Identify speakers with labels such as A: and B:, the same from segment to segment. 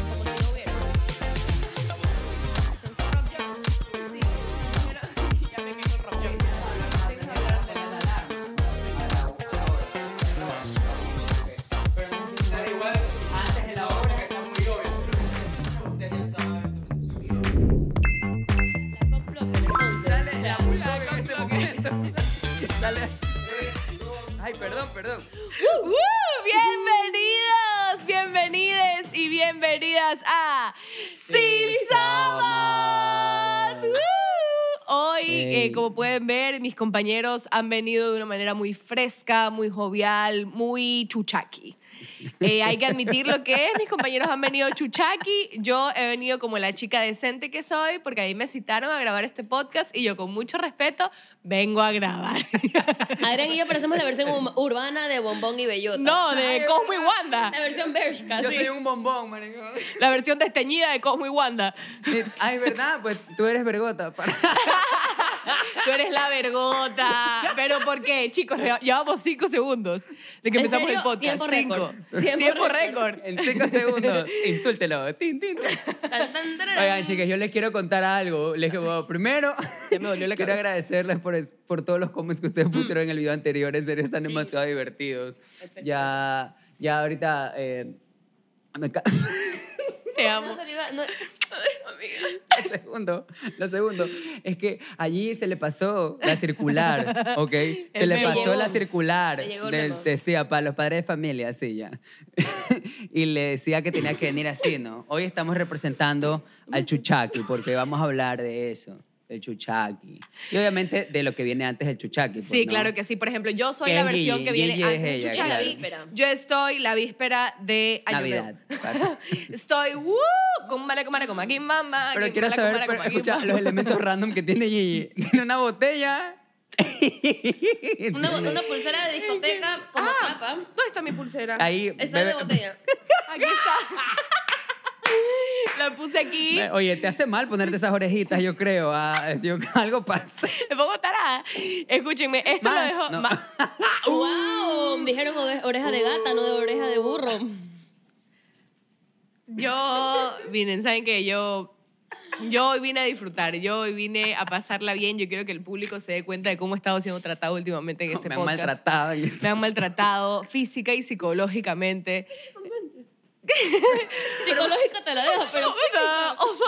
A: Ay, perdón, perdón.
B: ¡Uh! bienvenidos, bienvenides y bienvenidas a Sí, Somos. ¡Uh! Hoy, eh,
A: Ey.
B: como pueden ver, mis compañeros han venido de una manera muy fresca, muy jovial, muy chuchaqui. Eh, hay que admitir lo que es, mis compañeros han venido chuchaqui, yo he venido como la chica decente que soy, porque a mí me citaron a grabar este podcast y yo con mucho respeto vengo a grabar.
C: Adrián y yo parecemos la versión um- urbana de Bombón y Bellota.
B: No, de Cosmo y Wanda.
C: La versión Bershka,
A: Yo
C: sí.
A: soy un bombón, maricón.
B: La versión desteñida de Cosmo y Wanda.
A: Ay, ¿verdad? Pues tú eres vergota. para-
B: Tú eres la vergota. ¿Pero por qué? Chicos, ya- llevamos cinco segundos de que
C: ¿En
B: empezamos el
C: serio?
B: podcast.
C: Tiempo
B: cinco.
C: récord. Tiempo
B: Tiempo
C: récord.
B: récord.
A: En cinco segundos. Insúltelo. Tin, tin, tin.
C: Tan, tan, tararán.
A: Oigan, chicas, yo les quiero contar algo. Les digo, primero,
B: Ya me dolió la
A: quiero
B: cabeza. Mm.
A: agradecerles por, es- por todos los comments que ustedes pusieron en el video anterior. En serio, están demasiado divertidos. Ya, ya ahorita... eh, me ca-
B: Te
C: No
B: amo.
C: salió- no-
A: Lo segundo, lo segundo, es que allí se le pasó la circular, ¿ok? Se
B: El
A: le
B: me
A: pasó
B: llegó.
A: la circular.
C: Me llegó el
A: de-
C: memo.
A: decía, para los padres de familia, así ya. y le decía que tenía que venir así, ¿no? Hoy estamos representando al chuchaqui, porque vamos a hablar de eso, del chuchaqui. Y obviamente de lo que viene antes del chuchaqui. pues,
B: Sí,
A: ¿no?
B: claro que sí. Por ejemplo, yo soy
A: Que
B: la
A: es
B: versión
A: Gigi,
B: que viene
A: Gigi
B: antes
A: es
B: de
A: ella,
B: Chuchara.
C: claro.
B: La víspera. Yo estoy la víspera de Año
A: Navidad.
B: Nuevo. Estoy, ¡uh! Con maleco, maleco, aquí mamá.
A: Pero
B: que
A: quiero
B: maleco,
A: saber,
B: maleco,
A: pero,
B: aquí,
A: escucha,
B: mamá.
A: los elementos random que tiene Gigi. Tiene una botella.
C: una, una pulsera de discoteca
B: Ah.
C: como tapa.
B: ¿Dónde está mi pulsera?
A: Ahí,
C: Esa
A: bebe-
C: de botella.
B: Aquí está. La puse aquí.
A: Me- Oye, te hace mal ponerte esas orejitas, yo creo. ah, yo- algo pasa.
B: Me pongo tarada. Escúchenme, esto
A: Más,
B: lo dejo.
A: no.
B: ma- Uh.
C: ¡Wow! Dijeron ore- oreja de gata, no de oreja de burro.
B: Uh. Yo, miren, saben que yo. Yo hoy vine a disfrutar, yo hoy vine a pasarla bien. Yo quiero que el público se dé cuenta de cómo he estado siendo tratado últimamente en este
A: Me han
B: podcast.
A: maltratado. y-
B: Me han maltratado física y psicológicamente.
C: Psicológico te la dejo, pero
B: O sea,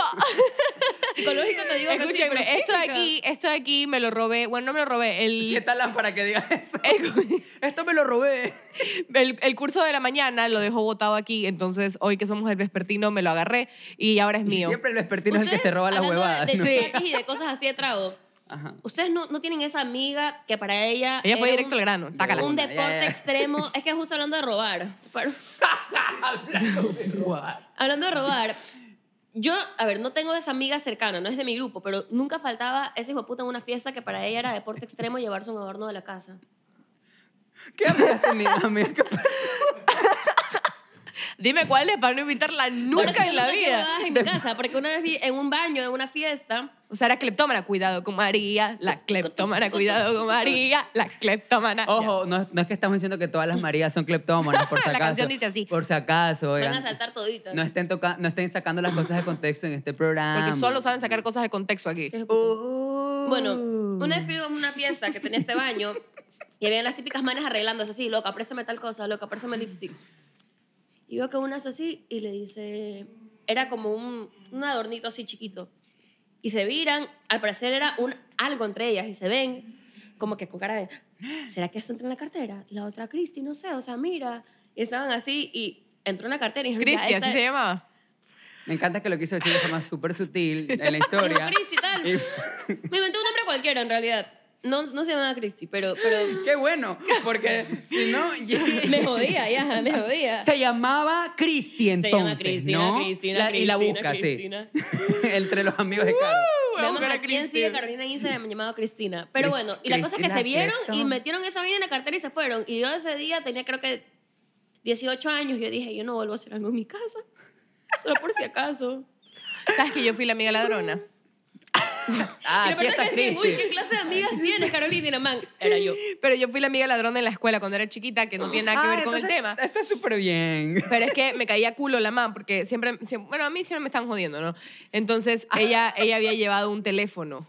C: psicológico te digo que sí, pero
B: escúchenme, esto de
C: física.
B: aquí, esto de aquí me lo robé. Bueno, no me lo robé.
A: Sí,
B: El,
A: está lámpara que diga eso.
B: el,
A: Esto me lo robé.
B: El, el curso de la mañana lo dejó botado aquí, entonces hoy que somos el vespertino me lo agarré y ahora es mío.
A: Siempre el vespertino es el que
C: Ustedes,
A: se roba las
C: hablando
A: huevadas.
C: De,
A: ¿no?
C: de
B: Sí.
C: chuchakis y de cosas así de trago.
A: Ajá.
C: Ustedes no, no tienen esa amiga que para ella.
B: Ella fue
C: era
B: directo al grano, tácala.
C: Un
A: Ya, ya,
C: deporte
A: ya.
C: extremo. Es que justo hablando de robar. pero- hablando de robar. Yo, a ver, no tengo esa amiga cercana, no es de mi grupo, pero nunca faltaba ese hijo de puta en una fiesta que para ella era deporte extremo llevarse un adorno de la casa.
A: ¿Qué amigas tenías, amiga? ¿Qué pasa?
B: Dime cuál es para no invitarla
C: Por eso
B: nunca
C: yo
B: en la
C: nunca hacía
B: vida.
C: bodas en mi casa, porque una vez vi en un baño, en una fiesta,
B: O sea, era cleptómana, cuidado con María, la cleptómana, cuidado con María, la cleptómana.
A: Ojo, no, no es que estamos diciendo que todas las Marías son cleptómanas, por si
B: La
A: acaso.
B: canción dice así.
A: Por si acaso.
C: van
A: oigan.
C: a saltar toditas.
A: No estén, toca- no estén sacando las cosas de contexto en este
B: Ya,
A: programa.
B: porque solo saben sacar cosas de contexto aquí.
A: Uh.
C: Bueno, una vez fui a una fiesta que tenía este baño y habían las típicas manes arreglándose así, loca, préstame tal cosa, loca, préstame lipstick. Y veo que una es así y le dice, era como un, un adornito así chiquito. Y se viran, al parecer era un algo entre ellas y se ven como que con cara de, ¿será que eso entra en la cartera? Y la otra, Cristi, no sé, o sea, mira. Y estaban así y entró en la cartera y dijeron, ya,
B: Cristi,
C: esta-
B: así se llama.
A: Me encanta que lo quiso decir de forma súper sutil en la
C: Dijo
A: historia.
C: Cristi tal. Me inventé un nombre cualquiera en realidad. No, no se llamaba Cristi, pero... pero
A: Qué bueno, porque si no, Gigi-
C: Me jodía, ya, me jodía.
A: se llamaba Cristi
C: llama
A: entonces,
C: Cristina,
A: ¿no?
C: Cristina,
A: La- y la
C: Cristina,
A: busca,
C: Cristina.
A: sí. Entre los amigos de Caro.
B: Voy a
C: Veamos
B: buscar a
C: a quién
B: Cristi.
C: sigue Carolina y se me llamaba Cristina. Pero
A: Cris-
C: bueno, y la cosa es que
A: Cristina
C: se vieron y
A: Clepton.
C: metieron esa vaina en la cartera y se fueron. Y yo ese día tenía creo que 18 años. Yo dije, yo no vuelvo a hacer algo en mi casa. Solo por si acaso.
B: ¿Sabes que yo fui la amiga ladrona?
A: Ah,
C: y la
A: aquí
C: verdad
A: está
C: es que sí,
A: Cristi.
C: uy, ¿qué clase de amigas tienes, Carolina? Y la man, era yo.
B: Pero yo fui la amiga ladrona en la escuela cuando era chiquita, que no tiene nada que
A: Ah,
B: ver con el
A: entonces
B: tema.
A: Está súper bien.
B: Pero es que me caía culo la man, porque siempre,
A: Ah.
B: siempre- bueno, a mí siempre me están jodiendo, ¿no? Entonces, ella, ella había llevado un teléfono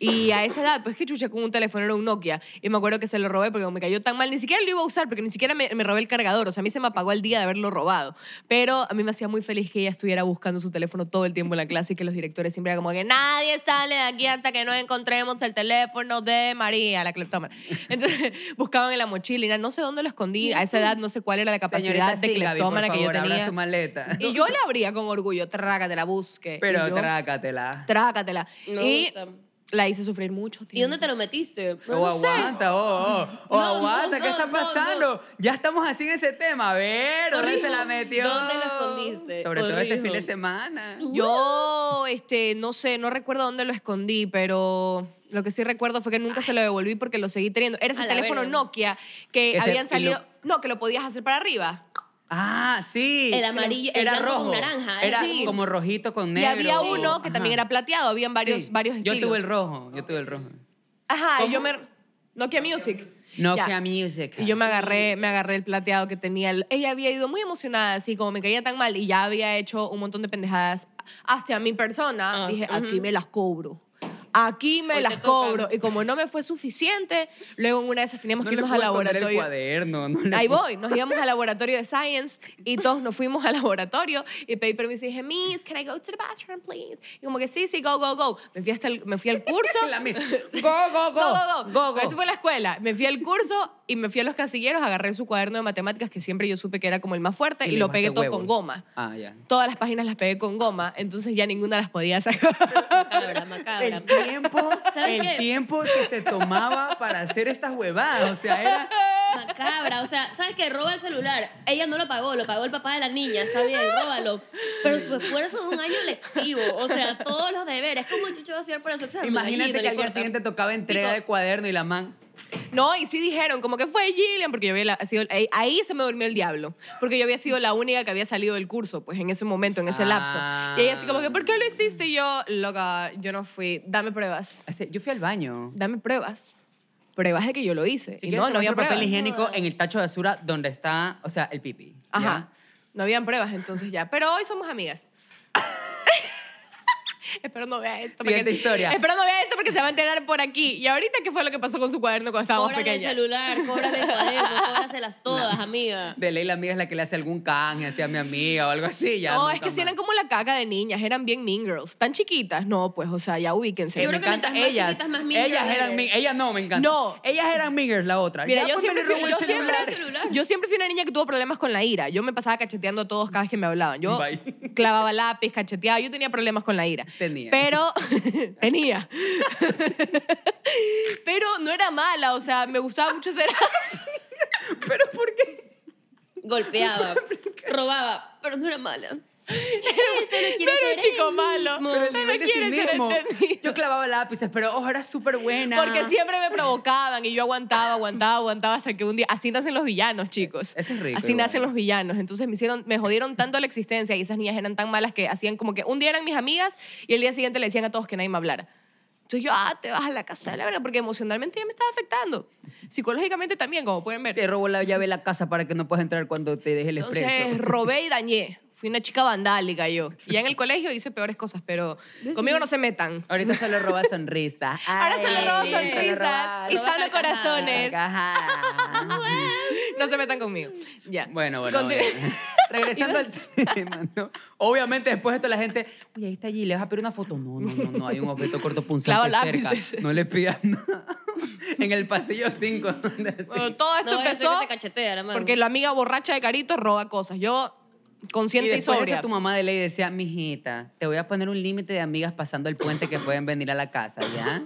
B: Y a esa edad, pues que chucha con un teléfono, era un Nokia. Y me acuerdo que se lo robé porque como me cayó tan mal, ni siquiera lo iba a usar porque ni siquiera me, me robé el cargador. O sea, a mí se me apagó el día de haberlo robado. Pero a mí me hacía muy feliz que ella estuviera buscando su teléfono todo el tiempo en la clase y que los directores siempre eran como que nadie sale de aquí hasta que no encontremos el teléfono de María, la cleptómana. Entonces buscaban en la mochila y nada, no sé dónde lo escondí. A esa edad no sé cuál era la capacidad
A: Señorita
B: de
A: Sigaby, por
B: cleptómana que yo
A: favor, abra
B: tenía.
A: su maleta.
B: Y yo la abría con orgullo, trácatela, busque.
A: Pero
B: Y yo,
A: trácatela.
B: Trácatela.
C: Me
B: y
C: gusta.
B: la hice sufrir mucho tiempo.
C: ¿Y dónde te lo metiste?
A: O
C: No sé.
A: Oh, aguanta, oh, oh, o
C: No, no,
A: aguanta, ¿qué
C: no,
A: está
C: no,
A: pasando? Ya estamos así en ese tema. A ver, ¿dónde se
C: Corrijo,
A: la metió?
C: ¿dónde lo escondiste?
A: Sobre todo este
C: Corrijo.
A: fin de semana.
B: Yo, este, no sé, no recuerdo dónde lo escondí, pero lo que sí recuerdo fue que nunca se lo devolví porque lo seguí teniendo. Era ese
C: A la
B: teléfono
C: verga.
B: Nokia que
A: Ese-
B: habían
A: y
B: salido. No, que lo podías hacer para arriba.
A: Ah, sí.
C: El amarillo- el
A: era
C: blanco
A: rojo.
C: con naranja,
A: Era
B: sí.
A: como rojito con negro.
B: Y había uno que
A: Ajá.
B: también era plateado, habían varios,
A: Sí,
B: varios
A: Yo
B: estilos.
A: tuve el rojo, yo tuve el rojo.
B: Ajá, y
A: ¿Cómo?
B: yo me. Nokia Music.
A: Nokia
B: Ya.
A: Music.
B: Y yo me agarré, me agarré el plateado que tenía. El- Ella había ido muy emocionada, así como me caía tan mal y ya había hecho un montón de pendejadas hacia mi persona.
C: Ah,
B: dije,
C: ujú.
B: aquí me las cobro. Aquí me
C: Hoy te
B: las
C: tocan.
B: cobro. Y como no me fue suficiente, luego en una de esas teníamos
A: no
B: que
A: le
B: irnos
A: puedo
B: al
A: esconder el
B: laboratorio.
A: cuaderno. no le
B: Ahí
A: puedo-
B: voy, nos íbamos al laboratorio de Science y todos nos fuimos al laboratorio y pedí permiso y dije, Miss, can I go to the bathroom, please? Y como que sí, sí, go, go, go. Me fui, hasta el- me fui al curso.
A: La mi- Go,
B: Go,
A: go,
B: go,
A: go.
B: go.
A: Go,
B: Esto
A: go.
B: fue la escuela. Me fui al curso y me fui a los casilleros, agarré su cuaderno de matemáticas, que siempre yo supe que era como el más fuerte, y,
A: le
B: lo pegué
A: dibujaste
B: todo con
A: huevos.
B: goma.
A: Ah, ya.
B: Todas las páginas las pegué con goma, entonces ya ninguna las podía sacar.
C: Macabra, macabra.
A: El tiempo,
C: ¿Sabes
A: el
C: qué?
A: tiempo que se tomaba para hacer estas huevadas. O sea, era.
C: Macabra, o sea, ¿sabes qué? Roba el celular. Ella no lo pagó, lo pagó el papá de la niña, está bien, róbalo. Pero su esfuerzo de un año lectivo, o sea, todos los deberes. ¿Cómo yo te voy a hacer para su examen?
A: Imagínate
C: Allí no
A: que
C: le
A: al día
C: importa.
A: siguiente tocaba entrega
C: Pico.
A: de cuaderno y la man.
B: No, y sí dijeron, como que fue Gillian, porque yo había la- sido, ahí, ahí se me durmió el diablo, porque yo había sido la única que había salido del curso, pues en ese momento, en ese lapso.
A: Ah.
B: Y ella así como que, ¿por qué lo hiciste? Y yo, loca, yo no fui, dame pruebas,
A: O sea, Yo fui al baño.
B: dame pruebas. Pruebas de que yo lo hice.
A: Si
B: y
A: quieres,
B: no, no
A: se
B: había
A: usa papel
B: pruebas.
A: higiénico en el tacho de basura donde está, o sea, el pipi. ¿ya?
B: Ajá. No habían pruebas, entonces ya. Pero hoy somos amigas. Espero no vea esto. porque-
A: Siguiente historia.
B: Espero no vea esto porque se va a enterar por aquí. ¿Y ahorita qué fue lo que pasó con su cuaderno cuando estábamos
C: Cóbrale el
B: pequeñas?
C: celular, cóbrale el cuaderno, cóbraselas todas, amiga.
A: De ley la amiga es la que le hace algún canje hacia mi amiga o algo así. Ya,
B: No,
A: nunca
B: es que si
A: más.
B: eran como la caca de niñas, eran bien mean girls. Tan chiquitas, no, pues, o sea, ya ubíquense.
A: Eh,
C: Yo
A: me
C: creo que
A: encanta
C: mientras más
A: ellas.
C: chiquitas, más mean
A: ellas
C: girl
A: eran
C: eres.
A: mean- ellas no me encantan.
B: No.
A: Ellas eran mingers la otra.
B: Mira,
A: Ya,
B: yo
A: pues,
B: siempre,
A: me le
B: fui,
A: robó el
B: yo,
A: celular.
B: siempre,
C: el celular.
B: yo siempre fui una niña que tuvo problemas con la ira. Yo me pasaba cacheteando a todos cada vez que me hablaban. Yo
A: Bye.
B: clavaba lápiz, cacheteaba. Yo tenía problemas con la ira.
A: Tenía.
B: Pero, tenía. Pero no era mala, o sea, me gustaba mucho ser...
A: Pero ¿por qué?
C: Golpeaba, robaba, pero no era mala. Eso no
B: No
C: quiere
B: era
C: ser
B: un chico
C: él
B: malo.
C: mismo.
A: Pero el
B: No me
A: nivel de
B: quiere ser
A: cinismo.
B: entendido.
A: Yo clavaba lápices, pero ojo, era súper buena.
B: Porque siempre me provocaban y yo aguantaba, aguantaba, aguantaba hasta que un día... Así nacen los villanos, chicos.
A: Eso es rico
B: Así
A: igual.
B: nacen los villanos. Entonces me hicieron, me jodieron tanto la existencia y esas niñas eran tan malas que hacían como que un día eran mis amigas y el día siguiente le decían a todos que nadie me hablara. Entonces yo, ah, te vas a la casa de la verga porque emocionalmente ya me estaba afectando. Psicológicamente también, como pueden ver.
A: Te robo la llave de la casa para que no puedas entrar cuando te deje el expreso.
B: Entonces robé y dañé. Fui una chica vandálica yo. Y ya en el colegio hice peores cosas, pero conmigo no se metan.
A: Ahorita solo roba sonrisa.
B: Ahora
A: Ay,
B: solo roba
C: sí, solo
B: sonrisas
C: roba-
B: y
C: roba
B: solo
C: carcajadas.
B: corazones.
A: Carcajada.
B: No se metan conmigo. Ya.
A: Bueno, bueno.
B: Conti-
A: bueno. Regresando al tema, ¿no? Obviamente después de esto la gente, uy, ahí está allí, le vas a pedir una foto. No, no, no, no, hay un objeto cortopunzante
B: Clava
A: cerca.
B: lápices.
A: No le pidas nada. En el pasillo 5.
B: Bueno, todo esto
C: No vaya a ser
B: empezó
C: que te cachetea, hermano.
B: porque la amiga borracha de Carito roba cosas. Yo,
A: Y
B: consciente y,
A: después de eso
B: sobria.
A: tu mamá de ley decía, mijita, te voy a poner un límite de amigas pasando el puente que pueden venir a la casa, ¿ya?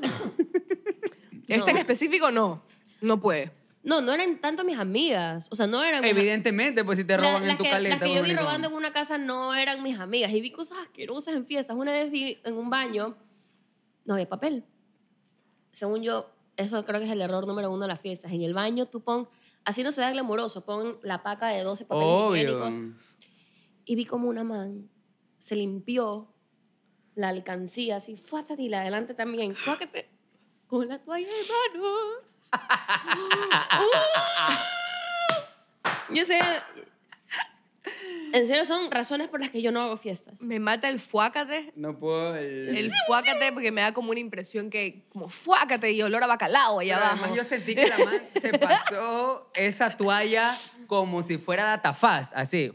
B: Esta en
C: No.
B: específico no. No puede.
C: No, no eran tanto mis amigas. O sea, no eran. mis
A: Evidentemente, pues si te
C: La-
A: roban en
C: las
A: tu
C: que,
A: caleta.
C: Las que yo vi
A: huevón.
C: robando en una casa no eran mis amigas. Y vi cosas asquerosas en fiestas. Una vez vi en un baño, no había papel. Según yo, eso creo que es el error número uno de las fiestas. En el baño tú pon, así no se vea glamoroso, pon la paca de 12 papeles higiénicos.
A: Obvio.
C: Y vi como una man se limpió la alcancía así, fuata y la adelante también, cuáquete, con la toalla de mano. ¡Ah! Yo sé, en serio, son razones por las que yo no hago fiestas.
B: Me mata el fuácate.
A: No puedo.
B: El fuácate porque me da como una impresión que, como fuácate y olor a bacalao allá
A: Pero
B: abajo.
A: además yo sentí que la man se pasó esa toalla como si fuera datafast, así.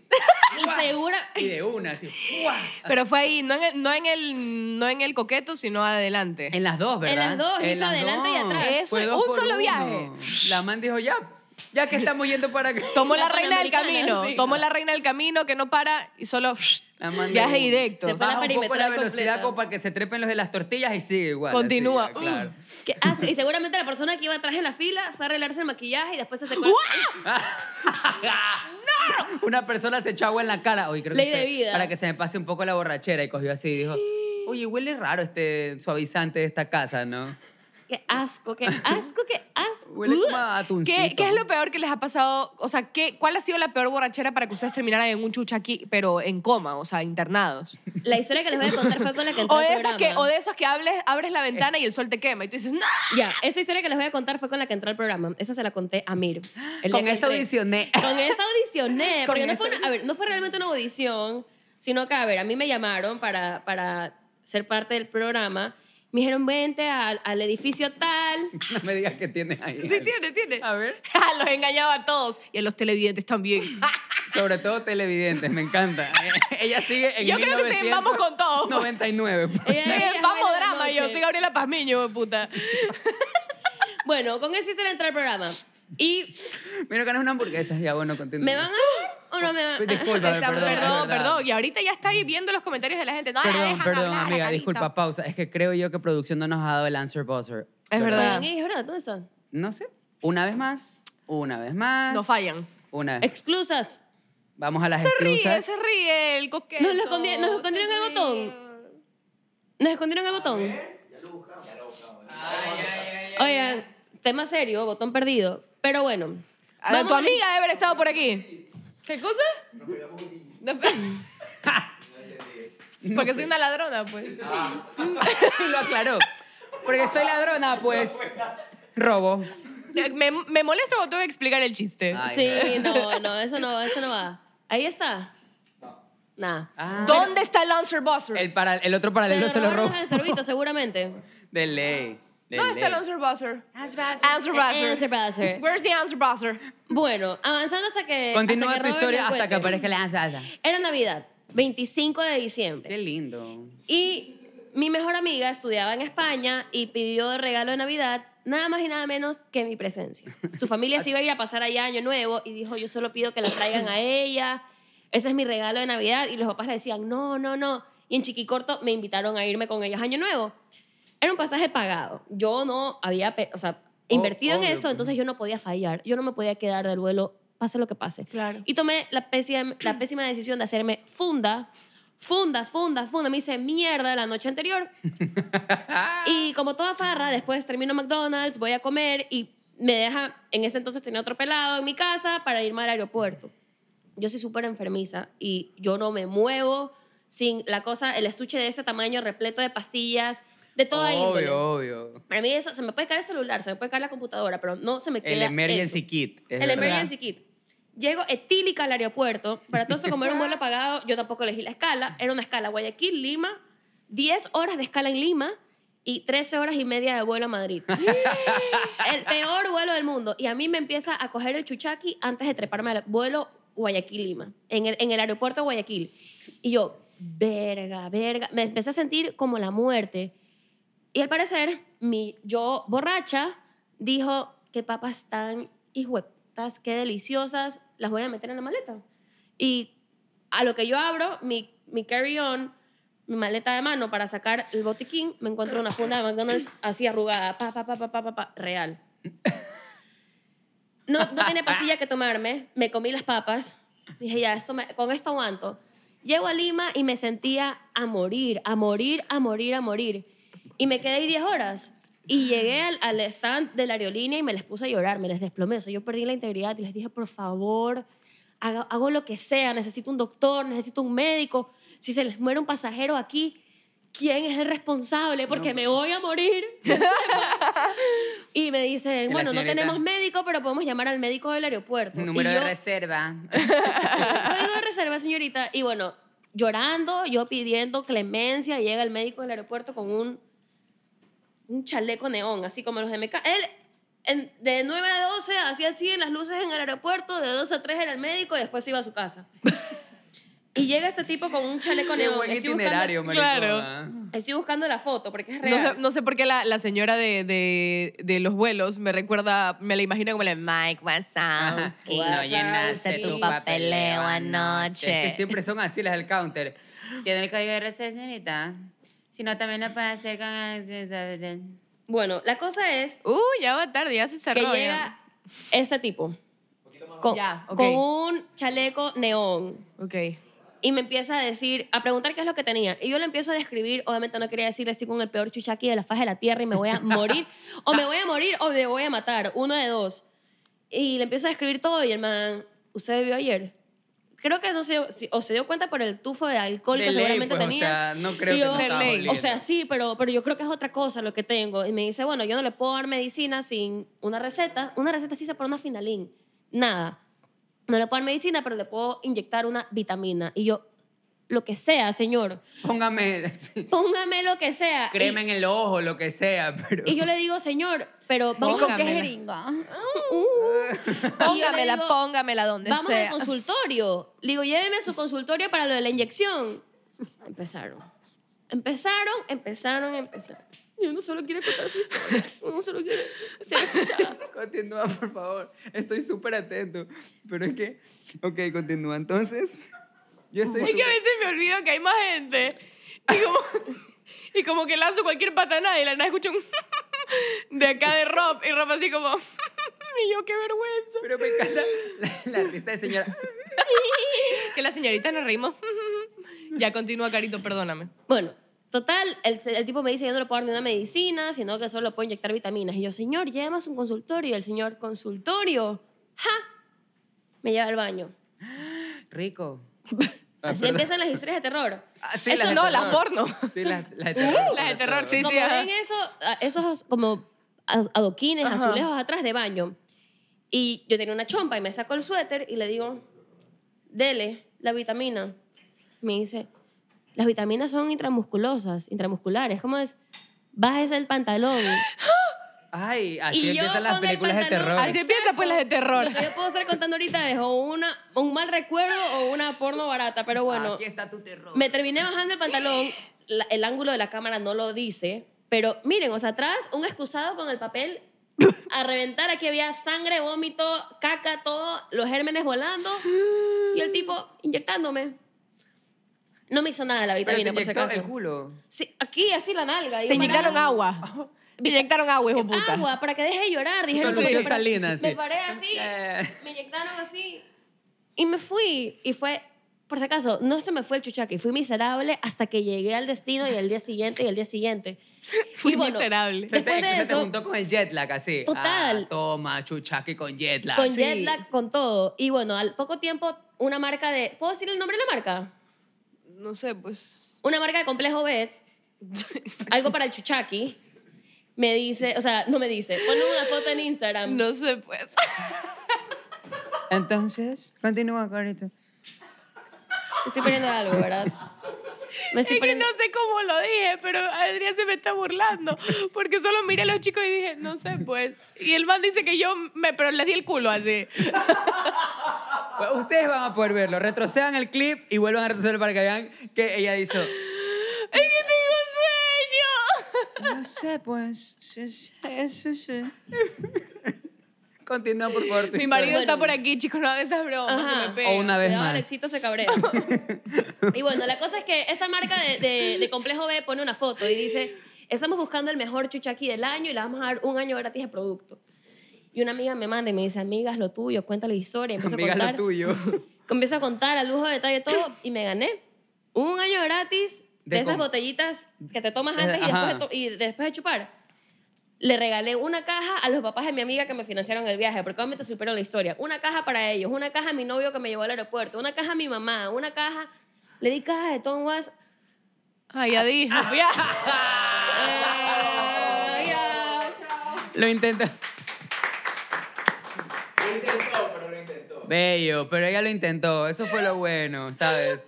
C: Y segura,
A: Y de una, así. ¡fua!
B: Pero fue ahí, no en, el, no, en el, no en el coqueto, sino adelante.
A: En las dos,
C: las
A: ¿verdad?
C: dos, hizo
A: las
C: adelante y atrás.
A: Fue
B: Eso,
A: dos
B: un
A: por
B: solo
A: uno.
B: viaje.
A: La man dijo, ya, ya que estamos yendo para acá.
B: Tomó
C: La
B: la, reina del
C: Panamericana,
B: camino,
C: sí.
B: tomó la reina del camino que no para y solo psh,
A: La man
B: viaje
A: dijo,
B: directo.
C: Se fue a la
A: Baja un poco la
C: perimetral
A: velocidad
C: completa.
A: como para que se trepen los de las tortillas y sigue igual. así,
B: Continúa.
A: ya, claro.
C: qué asco. Y seguramente la persona que iba atrás en la fila fue a arreglarse el maquillaje y después se secó.
A: Una persona se echó agua en la cara. Oye, creo
C: Mm. Ley
A: que
C: de
A: se-
C: vida.
A: Para que se me pase un poco la borrachera. Y cogió así y dijo, oye, huele raro este suavizante de esta casa, ¿no?
C: Qué asco, qué asco, qué asco.
A: Huele
C: Uh.
A: como a atuncito.
B: ¿Qué, qué es lo peor que les ha pasado? O sea, ¿qué, ¿cuál ha sido la peor borrachera para que ustedes terminaran en un chucha aquí, pero en coma, o sea, internados?
C: La historia que les voy a contar fue con la que entré
B: O
C: al
B: de, esos que,
C: programa.
B: o de esos que hables, abres la ventana y el sol te quema y tú dices, ¡No!
C: Ya, esa historia que les voy a contar fue con la que entré al programa. Esa se la conté a Mir. el
A: Con
C: día que
A: esta
C: entré.
A: audicioné.
C: Con esta audicioné.
A: Con
C: porque no
A: esta-
C: fue, una- a ver, no fue realmente una audición, sino que, a ver, a mí me llamaron para, para ser parte del programa. Me dijeron, vente al, al edificio tal.
A: No me digas que tienes ahí.
B: Sí,
A: algo.
B: tiene, tiene.
A: A ver.
B: Los he engañado a todos y a los televidentes también.
A: Sobre todo televidentes, me encanta. Ella sigue en
B: Yo creo que sí, vamos con todo. Eh,
A: 99.
C: Ella-
B: Estoy
C: ella
B: en famo
C: baila de
B: drama yo,
C: noche.
B: soy Gabriela Pazmiño, puta.
C: Bueno, con esa historia entré al programa. Y
A: Mira, ganas una hamburguesa. Ya, bueno, continúa.
C: me van a... ¿O no me van a...
A: Disculpa,
B: Está-
A: perdón. es
B: perdón,
A: verdad.
B: perdón. Y ahorita ya está ahí viendo los comentarios de la gente. No, la
A: Perdón,
B: dejan
A: perdón,
B: hablar,
A: amiga,
B: Carlito.
A: disculpa, pausa. Es que creo yo que producción no nos ha dado el answer buzzer.
B: Es verdad.
C: Oigan, ey, es verdad, ¿dónde están?
A: No sé. Una vez más, una vez más.
B: No fallan.
A: Una vez.
C: Exclusas.
A: Vamos a las
B: Se ríe,
A: exclusas.
B: se ríe el coqueto.
C: Nos lo escondi- nos escondieron el botón. Nos escondieron el botón. Oigan, tema serio, botón perdido. Pero bueno.
B: A ver,
C: vamos
B: tu
C: a la-
B: amiga debe haber estado por aquí.
C: ¿Qué cosa?
B: No, pe- Porque soy una ladrona, pues.
A: Y lo aclaró. Porque soy ladrona, pues. Robo.
B: Me, me molesta cuando tengo que explicar el chiste.
C: Ah,
A: Ay,
C: sí,
A: no.
C: no, no, eso no, eso no va. Ahí está. Nada.
A: Ah,
B: ¿Dónnde está el answer buzzer?
A: el, para, el otro
C: Se
A: paralelo
C: lo
A: se lo robo.
C: robaron los sorbito, seguramente.
A: De ley. de
B: ¿Dónde está el
A: ley.
B: answer buzzer?
C: Eh,
B: Answer buzzer.
C: answer buzzer.
B: Where's the answer buzzer?
C: Bueno, avanzando hasta que.
A: Continúa
C: hasta
A: tu
C: que Robert
A: historia
C: lo
A: hasta que
C: encuentre.
A: aparezca la salsa.
C: Era Navidad, 25 de diciembre.
A: Qué lindo.
C: Y mi mejor amiga estudiaba en España y pidió de regalo de Navidad nada más y nada menos que mi presencia. Su familia se iba a ir a pasar allá Año Nuevo y dijo, yo solo pido que la traigan a ella, ese es mi regalo de Navidad. Y los papás le decían, no, no, no. Y en Chiquicorto me invitaron a irme con ellos a Año Nuevo. Era un pasaje pagado. Yo no había, pe- o sea, invertido en
A: Oh, obvio,
C: esto,
A: pues.
C: entonces yo no podía fallar. Yo no me podía quedar del vuelo, pase lo que pase.
B: Claro.
C: Y tomé la pésima, la pésima decisión de hacerme funda, funda, funda, funda. Me hice mierda la noche anterior. y como toda farra, después termino McDonald's, voy a comer y me deja, en ese entonces tenía otro pelado en mi casa para irme al aeropuerto. Yo soy súper enfermiza y yo no me muevo sin la cosa, el estuche de ese tamaño repleto de pastillas, de toda
A: obvio,
C: índole.
A: obvio.
C: Para mí eso, se me puede caer el celular, se me puede caer la computadora, pero no se me queda
A: El emergency
C: eso.
A: kit. es
C: El
A: verdad.
C: emergency kit. Llego etílica al aeropuerto. Para todo esto, como era un vuelo pagado, yo tampoco elegí la escala. Era una escala Guayaquil-Lima, 10 horas de escala en Lima y 13 horas y media de vuelo a Madrid. el peor vuelo del mundo. Y a mí me empieza a coger el chuchaqui antes de treparme al vuelo Guayaquil-Lima, en el, en el aeropuerto de Guayaquil. Y yo, verga, verga. Me empecé a sentir como la muerte. Y al parecer, mi yo borracha dijo, qué papas tan hijueputas, qué deliciosas, las voy a meter en la maleta. Y a lo que yo abro mi, mi carry-on, mi maleta de mano para sacar el botiquín, me encuentro una funda de McDonald's así arrugada, pa, pa, pa, pa, pa, pa, pa, real. No, no tenía pastilla que tomarme, me comí las papas, dije ya, esto me- con esto aguanto. Llego a Lima y me sentía a morir, a morir, a morir, a morir. Y me quedé ahí 10 horas. Y llegué al, al stand de la aerolínea y me les puse a llorar, me les desplomé. O sea, yo perdí la integridad y les dije, por favor, haga- hago lo que sea, necesito un doctor, necesito un médico. Si se les muere un pasajero aquí, ¿quién es el responsable? Porque me voy a morir. y me dice,
A: la
C: bueno, no
A: señorita-
C: tenemos médico, pero podemos llamar al médico del aeropuerto.
A: Número
C: y
A: de
C: yo,
A: reserva.
C: Código de reserva, señorita. Y bueno, llorando, yo pidiendo clemencia, llega el médico del aeropuerto con un, un chaleco neón, así como los de MK. Él, en- de 9 a 12, hacía así en las luces en el aeropuerto, de 12 a 3 era el médico y después se iba a su casa. y llega este tipo con un chaleco
A: Qué
C: neón.
A: buen
C: Estoy
A: itinerario,
C: buscando,
B: marica. claro.
A: maricona.
C: estoy buscando la foto porque es
B: No
C: real.
B: sé, no sé por qué la, la señora de, de, de los vuelos me recuerda, me la imagino como la Mike Wazowski.
C: Ajá.
B: No,
C: No llenaste tu
B: papeleo anoche.
A: Es que siempre son así las del counter. Tiene el código de reserva, señorita. Si no, también lo puede hacer con...
C: Bueno, la cosa es
B: Uh, ya va tarde, ya se
C: que
B: cerró. ya.
C: llega este tipo con,
B: Ya, ok.
C: con un chaleco neón.
B: Ok.
C: Y me empieza a decir, a preguntar qué es lo que tenía. Y yo le empiezo a describir, obviamente no quería decirle, estoy con el peor chuchaqui de la faz de la tierra y me voy a morir. o me voy a morir o me voy a matar, una de dos. Y le empiezo a describir todo y el man, ¿usted bebió ayer? Creo que no se, si- o se dio cuenta por el tufo de alcohol
A: De
C: que
A: ley,
C: seguramente
A: pues, o
C: tenía.
A: sea, no creo
C: Y
A: que
C: yo,
A: no
B: De
A: estaba
B: ley.
A: oliendo.
C: o sea, sí, pero, pero yo creo que es otra cosa lo que tengo. Y me dice, bueno, yo no le puedo dar medicina sin una receta. Una receta sí se pone una finalín. Nada. No le puedo dar medicina, pero le puedo inyectar una vitamina. Y yo, lo que sea, señor.
A: Póngame...
C: Póngame lo que sea. Y-
A: Créeme en el ojo, lo que sea, pero...
C: Y, yo le digo, señor, pero vamos
B: con qué
C: Póngamela.
B: jeringa?
C: Uh, Y yo le
B: Póngamela,
C: digo,
B: póngamela donde
C: Vamos
B: sea.
C: al consultorio. Le digo, lléveme a su consultorio para lo de la inyección. Empezaron. Empezaron, empezaron, empezaron. Y uno solo quiere contar su historia. Uno solo quiere ser escuchado.
A: Continúa, por favor. Estoy súper atento. Pero es que... Ok, continúa. Entonces, yo estoy...
B: Es que a
A: súper-
B: veces me olvido que hay más gente. Y como, y como que lanzo cualquier patanada y la nada escucho un de acá de Rob. Y Rob así como, y yo qué vergüenza.
A: Pero me encanta la, la risa de señora.
B: Que la señorita nos reímos. Ya continúa, Carito, perdóname.
C: Bueno, total, el, el tipo me dice, yo no le puedo dar ni una medicina, sino que solo puedo inyectar vitaminas. Y yo, señor, lléveme a su consultorio. Y el señor, consultorio. ¡Ja! Me lleva al baño.
A: Rico. Ah,
C: Así
A: perdón.
C: empiezan las historias de terror.
A: Ah, sí,
B: Eso
A: de
B: no, las
A: terror.
B: porno.
A: Sí, las
C: Uh,
A: las de terror.
B: las de
A: sobre
B: terror,
A: todo.
B: sí,
C: como
B: ajá.
C: ven eso, a- esos como a- adoquines
B: Ajá.
C: azulejos atrás de baño. Y yo tenía una chompa y me saco el suéter y le digo, dele la vitamina. Me dice, las vitaminas son intramusculosas, intramusculares. ¿Cómo es? Bájese el pantalón.
A: Ay, así
C: Y yo
A: empiezan las
C: con el
A: películas de
C: pantalón-
A: terror.
B: Así empieza pues las de terror.
C: Lo que yo puedo estar contando ahorita es o una, o un mal recuerdo o una porno barata, pero bueno.
A: Aquí está tu terror.
C: Me terminé bajando el pantalón. La- el ángulo de la cámara no lo dice. Pero miren, o sea, atrás un excusado con el papel a reventar. Aquí había sangre, vómito, caca, todo. Los gérmenes volando. Y el tipo inyectándome. No me hizo nada la
A: Pero te
C: vitamina, por si
A: inyectó
C: acaso.
A: el culo.
C: Sí, aquí, así la nalga. Y
B: Te
C: yo,
B: inyectaron
C: para-
B: agua. Te inyectaron agua, hijo puta.
C: Agua, para que deje de llorar. Dijeron
A: Solución
C: como que para-
A: salina, sí.
C: Me paré así,
A: Eh.
C: me inyectaron así y me fui. Y fue, por si acaso, no se me fue el chuchaqui, fui miserable hasta que llegué al destino y el día siguiente y el día siguiente.
B: Fui
C: Y
B: miserable.
A: Se te,
C: Después de
A: se te
C: eso,
A: juntó con el jet lag así.
C: Total.
A: Ah, toma, chuchaqui con jet lag.
C: con
A: Sí.
C: jet lag, con todo. Y bueno, al poco tiempo, una marca de. ¿Puedo decir el nombre de la marca?
B: No sé, pues.
C: Una marca de complejo B, algo para el chuchaqui. Me dice, o sea, no me dice. Ponle una foto en Instagram.
B: No sé, pues.
A: Entonces, continúa, carito.
C: Estoy poniendo algo, ¿verdad? Me
B: Es que no sé cómo lo dije, pero Adrián se me está burlando. Porque solo miré a los chicos y dije, no sé, pues. Y el man dice que yo me. Pero le di el culo así.
A: Pues Ustedes van a poder verlo. Retrocedan el clip y vuelvan a retroceder para que vean que ella hizo.
B: ¡Es que tengo sueño!
A: No sé, pues. Sí, sí, sí, sí. Continúa, por favor. tu
B: Mi
A: historia.
B: marido
C: Bueno.
B: está por aquí, chicos, no hagan esas bromas.
C: Ajá.
B: que me pegan.
A: O una vez
C: Cuidado,
A: más.
C: Alexito se cabrea. y bueno, la cosa es que esa marca de, de- de Complejo B pone una foto y dice, estamos buscando el mejor chuchaqui del año y le vamos a dar un año gratis de producto. Y una amiga me manda y me dice, amigas, lo tuyo, cuéntale la historia. Empiezo
A: Amiga,
C: a
A: lo
C: contar,
A: tuyo.
C: Empiezo a contar a lujo de detalle todo y me gané un año gratis de,
A: De
C: esas
A: com-
C: botellitas que te tomas
A: Eh,
C: antes y después,
A: ajá.
C: de to- y después de chupar. Le regalé una caja a los papás de mi amiga que me financiaron el viaje, porque obviamente supero la historia. Una caja para ellos, una caja a mi novio que me llevó al aeropuerto, una caja a mi mamá, una caja. Le di caja de Tom Was
B: Ah, ya dijo. Ya.
C: Eh, ya.
A: Lo intentó. Lo intentó, pero lo intentó. Bello, pero ella lo intentó. Eso fue lo bueno, ¿sabes?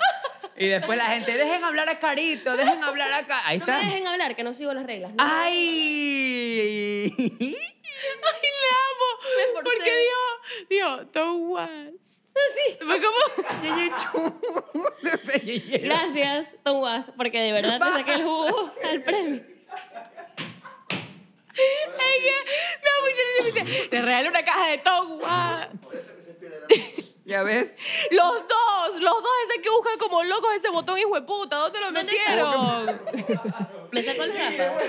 A: Y después la gente, dejen hablar a Carito, dejen hablar a Carito. Ahí
C: No me
A: está.
C: dejen hablar, que no sigo las reglas. No.
A: ¡Ay!
B: Ay, le amo.
C: Me esforcé.
B: Porque dijo, dijo, don't was. Sí. Fue como,
C: Gracias, Tom Was, porque de verdad te saqué el jugo al premio.
B: ella me da mucha risa y me dice, le regalo una caja de Tom Was.
A: ¿Ya ves?
B: Los dos, los dos ese que buscan como locos ese botón, hijo de puta, ¿dónde lo
C: ¿Dónde
B: metieron?
C: Me saco las gafas.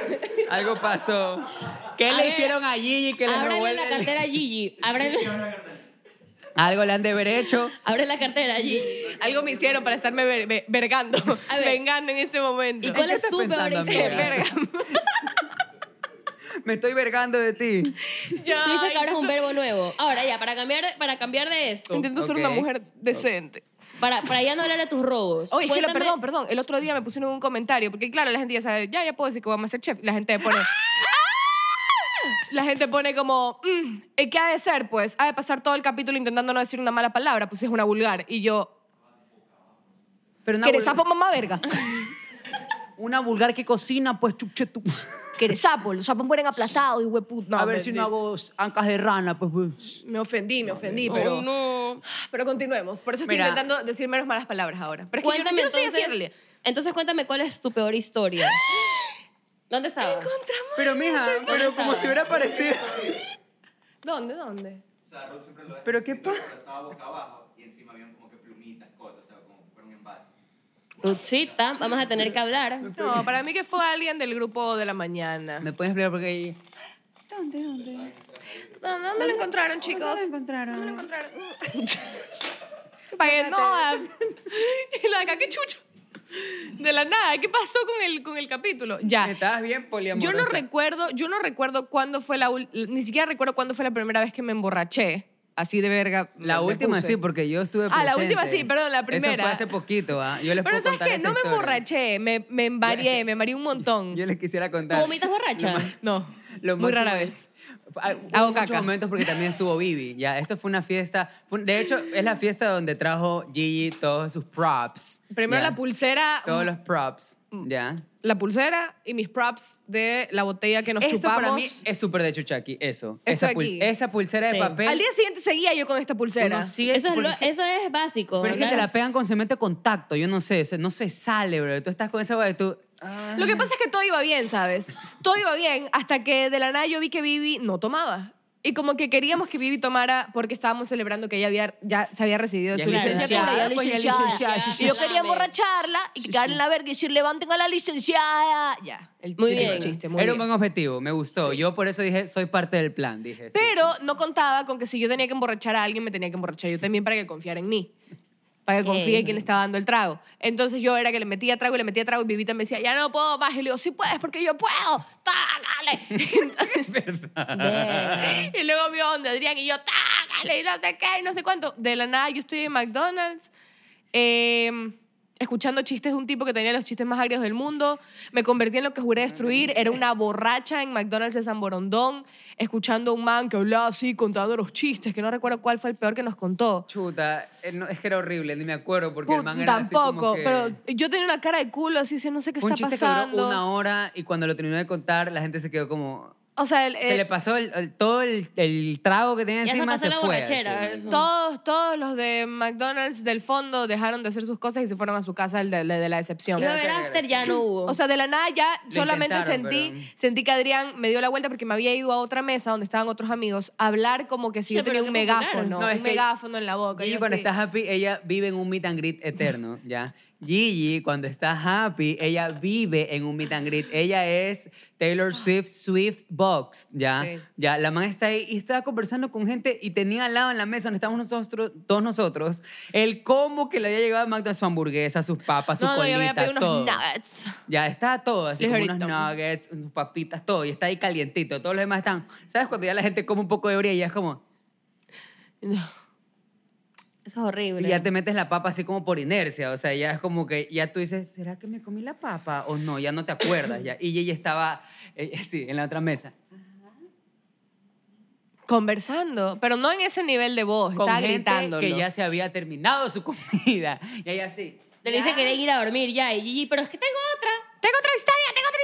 A: Algo pasó. ¿Qué
C: A
A: le
C: ver,
A: hicieron a Gigi que le robó
C: Ábrele
A: el-
C: la cartera a Gigi. Ábrele,
A: Algo le han de haber hecho.
C: abre la cartera a Gigi.
B: Algo me hicieron para estarme ver- ver- vergando,
C: A ver.
B: vengando en ese momento.
C: ¿Y cuál
A: qué
C: es
A: estás
C: tu peor
A: pensando,
B: Qué
A: amiga?
C: historia?
B: verga.
A: Me estoy vergando de ti.
B: Ya,
C: Tú dices que ahora es un
B: intento-
C: verbo nuevo. Ahora ya, para cambiar, para cambiar de esto,
B: Intento ser
A: Ok.
B: una mujer decente.
C: para, para ya no hablar de tus robos.
B: Oye, es que lo-
C: cuéntame-
B: perdón, perdón. El otro día me pusieron un comentario, porque claro, la gente ya sabe, ya, ya puedo decir que voy a Masterchef. Y la gente pone. ¡Ah! La gente pone como, "Mm, ¿eh, ¿qué ha de ser? Pues, ha de pasar todo el capítulo intentando no decir una mala palabra, pues es una vulgar. Y yo,
A: Pero una,
B: ¿quieres
A: vulgar-
B: sapo, mamá verga?
A: una vulgar que cocina, pues chuche tú.
B: ¿Quieres sapo? pues, Los sapos mueren aplastados y hueput.
A: a ver si no hago ancas de rana, pues. pues.
B: Me ofendí, me ofendí,
C: Oh,
B: pero.
C: no.
B: Pero continuemos. Por eso estoy
A: Mira.
B: intentando decir menos malas palabras ahora. Pero es que yo no,
C: Cuéntame
B: yo no soy así
C: entonces.
B: en realidad.
C: Entonces cuéntame cuál es tu peor historia. ¿Dónde estabas?
A: Pero mija, pero como si hubiera parecido.
B: ¿Dónde, dónde?
D: O sea, Ruth siempre lo deja
A: Pero
D: así,
A: qué pa-
D: pero Estaba boca abajo y encima habían como que plumitas, cosas, o sea, como por un envase.
C: Ruthcita, vamos a tener que hablar.
B: No, para mí que fue alguien del grupo de la mañana.
A: ¿Me puedes explicar por qué?
B: ¿Dónde, dónde lo encontraron, chicos?
A: encontraron?
B: Pagué, no. ah. Y la acá, qué chucho. De la nada, ¿qué pasó con el, con el capítulo? Ya.
A: Estabas bien poliamorosa.
B: Yo no recuerdo, yo no recuerdo cuándo fue la ul- ni siquiera recuerdo cuándo fue la primera vez que me emborraché. Así de verga. me-
A: La
B: me
A: última
B: puse.
A: sí, porque yo estuve
B: Ah, la
A: presente.
B: última sí, perdón, la
A: Eso
B: primera.
A: fue hace poquito, ¿ah? Yo les
B: Pero
A: puedo
B: ¿sabes
A: contar
B: qué?
A: esa
B: No me
A: historia.
B: emborraché, me, me embaré, me mareé un montón.
A: Yo les quisiera
C: ¿Tú
A: contar.
C: vomitas borracha?
B: No,
A: Lo
B: muy
A: máximo
B: rara
A: es-
B: vez.
A: Hay-
B: Hago
A: hubo muchos
B: caca.
A: momentos porque también estuvo Vivi. Ya, esto fue una fiesta. fue un- De hecho, es la fiesta donde trajo Gigi todos sus props.
B: Primero
A: ya.
B: la mm, pulsera,
A: Todos los props. Ya.
B: la pulsera y mis props de la botella que nos
A: Eso
B: chupamos.
A: para mí es súper de Chuchaki. Eso.
B: Esto
A: esa,
B: de aquí.
A: esa pulsera
C: Sí.
A: de papel.
B: Al día siguiente seguía yo con esta pulsera.
A: uno sigue
C: Eso es,
A: porque-
C: lo- eso es básico.
A: Pero es que te la
C: ¿verdad?
A: pegan con cemento de contacto, yo no sé, o sea, no se sale, bro. Tú estás con esa de tú. ah.
B: Lo que pasa es que todo iba bien, ¿sabes? Todo iba bien hasta que de la nada yo vi que Vivi no tomaba. Y como que queríamos que Vivi tomara porque estábamos celebrando que ella había, ya se había recibido de
A: Ya
B: su
A: es
B: licenciatura.
A: licenciada,
B: ya
A: pues, ya es
B: licenciada.
A: licenciada, sí,
B: Y yo
A: sí.
B: quería emborracharla y quedar en la verga y decir, levanten a la licenciada. Ya, el
C: Muy
B: típico
C: bien.
B: chiste, muy
A: Era un
B: bien.
A: buen objetivo, me gustó. Yo por eso dije, soy parte del plan, dije. sí.
B: Pero no contaba con que si yo tenía que emborrachar a alguien, me tenía que emborrachar yo también para que confiara en mí. Para que
C: Sí.
B: confíe en quien le estaba dando el trago. Entonces yo era que le metía trago y le metía trago y Vivita me decía, ya no puedo más. Y le digo, sí puedes porque yo puedo. ¡Tágale!
C: Verga.
B: y luego vio donde Adrián y yo, ¡tágale! Y no sé qué, y no sé cuánto. De la nada, yo estoy en McDonald's eh, escuchando chistes de un tipo que tenía los chistes más agrios del mundo. Me convertí en lo que juré destruir. Era una borracha en McDonald's de San Borondón, escuchando a un man que hablaba así, contando los chistes, que no recuerdo cuál fue el peor que nos contó.
A: Chuta, eh, no, es que era horrible, ni me acuerdo porque el
B: Put-
A: man era así como
B: tampoco,
A: que-
B: pero yo tenía una cara de culo, así, decía, no sé qué
A: Fue un
B: está
A: chiste
B: pasando.
A: que duró una hora y cuando lo terminó de contar, la gente se quedó como.
B: O sea, el-
A: se
B: el-
A: le pasó el, el- todo el, el trago que tenía
C: Ya se
A: encima,
C: pasó
A: se,
C: la
A: fue.
C: borrachera,
A: así.
C: eso.
B: Todos, todos los de McDonald's del fondo dejaron de hacer sus cosas y se fueron a su casa el de, de- de la decepción.
C: Yo ver after ya no hubo.
B: O sea, de la nada ya
A: Lo
B: solamente
A: intentaron,
B: sentí,
A: pero-
B: sentí que Adrián me dio la vuelta porque me había ido a otra mesa donde estaban otros amigos a hablar como que si
C: Sí,
B: yo tenía
C: pero
B: un
C: qué popular.
B: megáfono,
A: No, es
B: un
A: que-
B: megáfono en la boca.
A: Gigi
B: yo
A: cuando
B: así.
A: está happy, ella vive en un meet and greet eterno, ¿ya? Gigi cuando está happy, ella vive en un meet and greet. Ella es Taylor Swift, Swift Box, ¿ya?
B: Ah. Sí.
A: Ya, la man está ahí y estaba conversando con gente y tenía al lado en la mesa donde estábamos nosotros, todos nosotros, el combo que le había llegado a Magda, su hamburguesa, sus papas, su
B: no, no, yo me
A: colita,
B: había pedido unos
A: todo.
B: nuggets.
A: Ya está todo, así
B: Les
A: como
B: ahorita.
A: unos nuggets, sus papitas, todo. Y está ahí calientito. Todos los demás están. ¿Sabes cuando ya la gente come un poco de brea y ya es como.
B: No.
C: Eso es horrible.
A: Y ya te metes la papa así como por inercia, o sea, ya es como que ya tú dices, ¿será que me comí la papa o no? Ya no te acuerdas ya. Y ella estaba eh, sí, en la otra mesa.
B: Conversando, pero no en ese nivel de voz,
A: Con
B: está
A: gente
B: gritándolo.
A: que ya se había terminado su comida. Y ella así.
C: Le dice que quieren ir a dormir ya. Y Gigi, pero es que tengo otra.
B: Tengo otra historia, tengo otra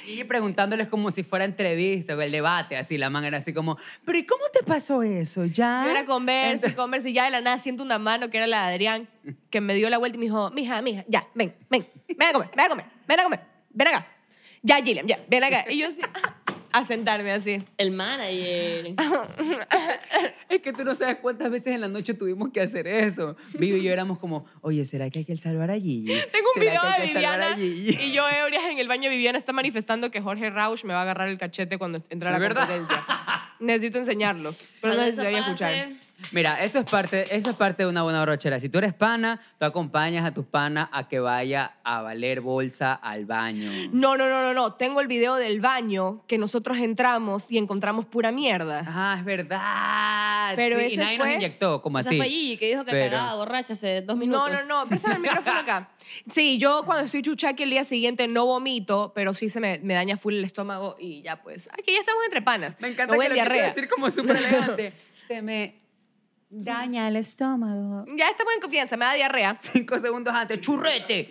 B: historia.
A: Y preguntándoles como si fuera entrevista o el debate, así la man era así como, pero ¿y cómo te pasó eso? Ya.
B: Yo era conversa,
A: Entonces-
B: y conversa y ya de la nada siento una mano que era la de Adrián que me dio la vuelta y me dijo, mija, mija, ya, ven, ven, ven a comer, ven a comer, ven a comer, ven acá. Ya, Gillian, ya, ven acá. Y yo así, ah, a sentarme así.
C: El manager.
B: Ah,
A: Es que tú no sabes cuántas veces en la noche tuvimos que hacer eso. Vivi y yo éramos como, oye, ¿será que hay que salvar a Gigi?
B: Tengo un
A: ¿Será
B: video
A: que hay
B: de
A: que salvar a
B: Viviana
A: Gigi?"
B: y yo ebrias en el baño de Viviana está manifestando que Jorge Rausch me va a agarrar el cachete cuando entre a la
A: ¿De verdad?
B: competencia. Necesito enseñarlo, pero
C: Cuando
B: no sé si
C: eso
B: se vaya a
C: pase,
B: escuchar.
A: Mira, eso es, parte, eso es parte de una buena brochera. Si tú eres pana, tú acompañas a tus panas a que vaya a valer bolsa al baño.
B: No, no, no, no, no. Tengo el video del baño que nosotros entramos y encontramos pura mierda.
A: Ah, es verdad.
B: Pero
A: Sí, y
B: ese
A: nadie nos
B: fue-
A: inyectó, como a
C: Esa
A: ti.
C: fue Gigi que dijo que
A: Pero-
C: cagaba borracha hace dos
B: No,
C: minutos.
B: no, no. Préstame el micrófono acá. Sí, yo cuando estoy chuchaqui el día siguiente no vomito, pero sí se me, me daña full el estómago y ya pues. Aquí ya estamos entre panas.
A: Me encanta
B: voy
A: que
B: en
A: lo quise
B: diarrea.
A: decir como súper elegante. Se me daña el estómago.
B: Ya estamos en confianza, me da diarrea.
A: Cinco segundos antes, churrete.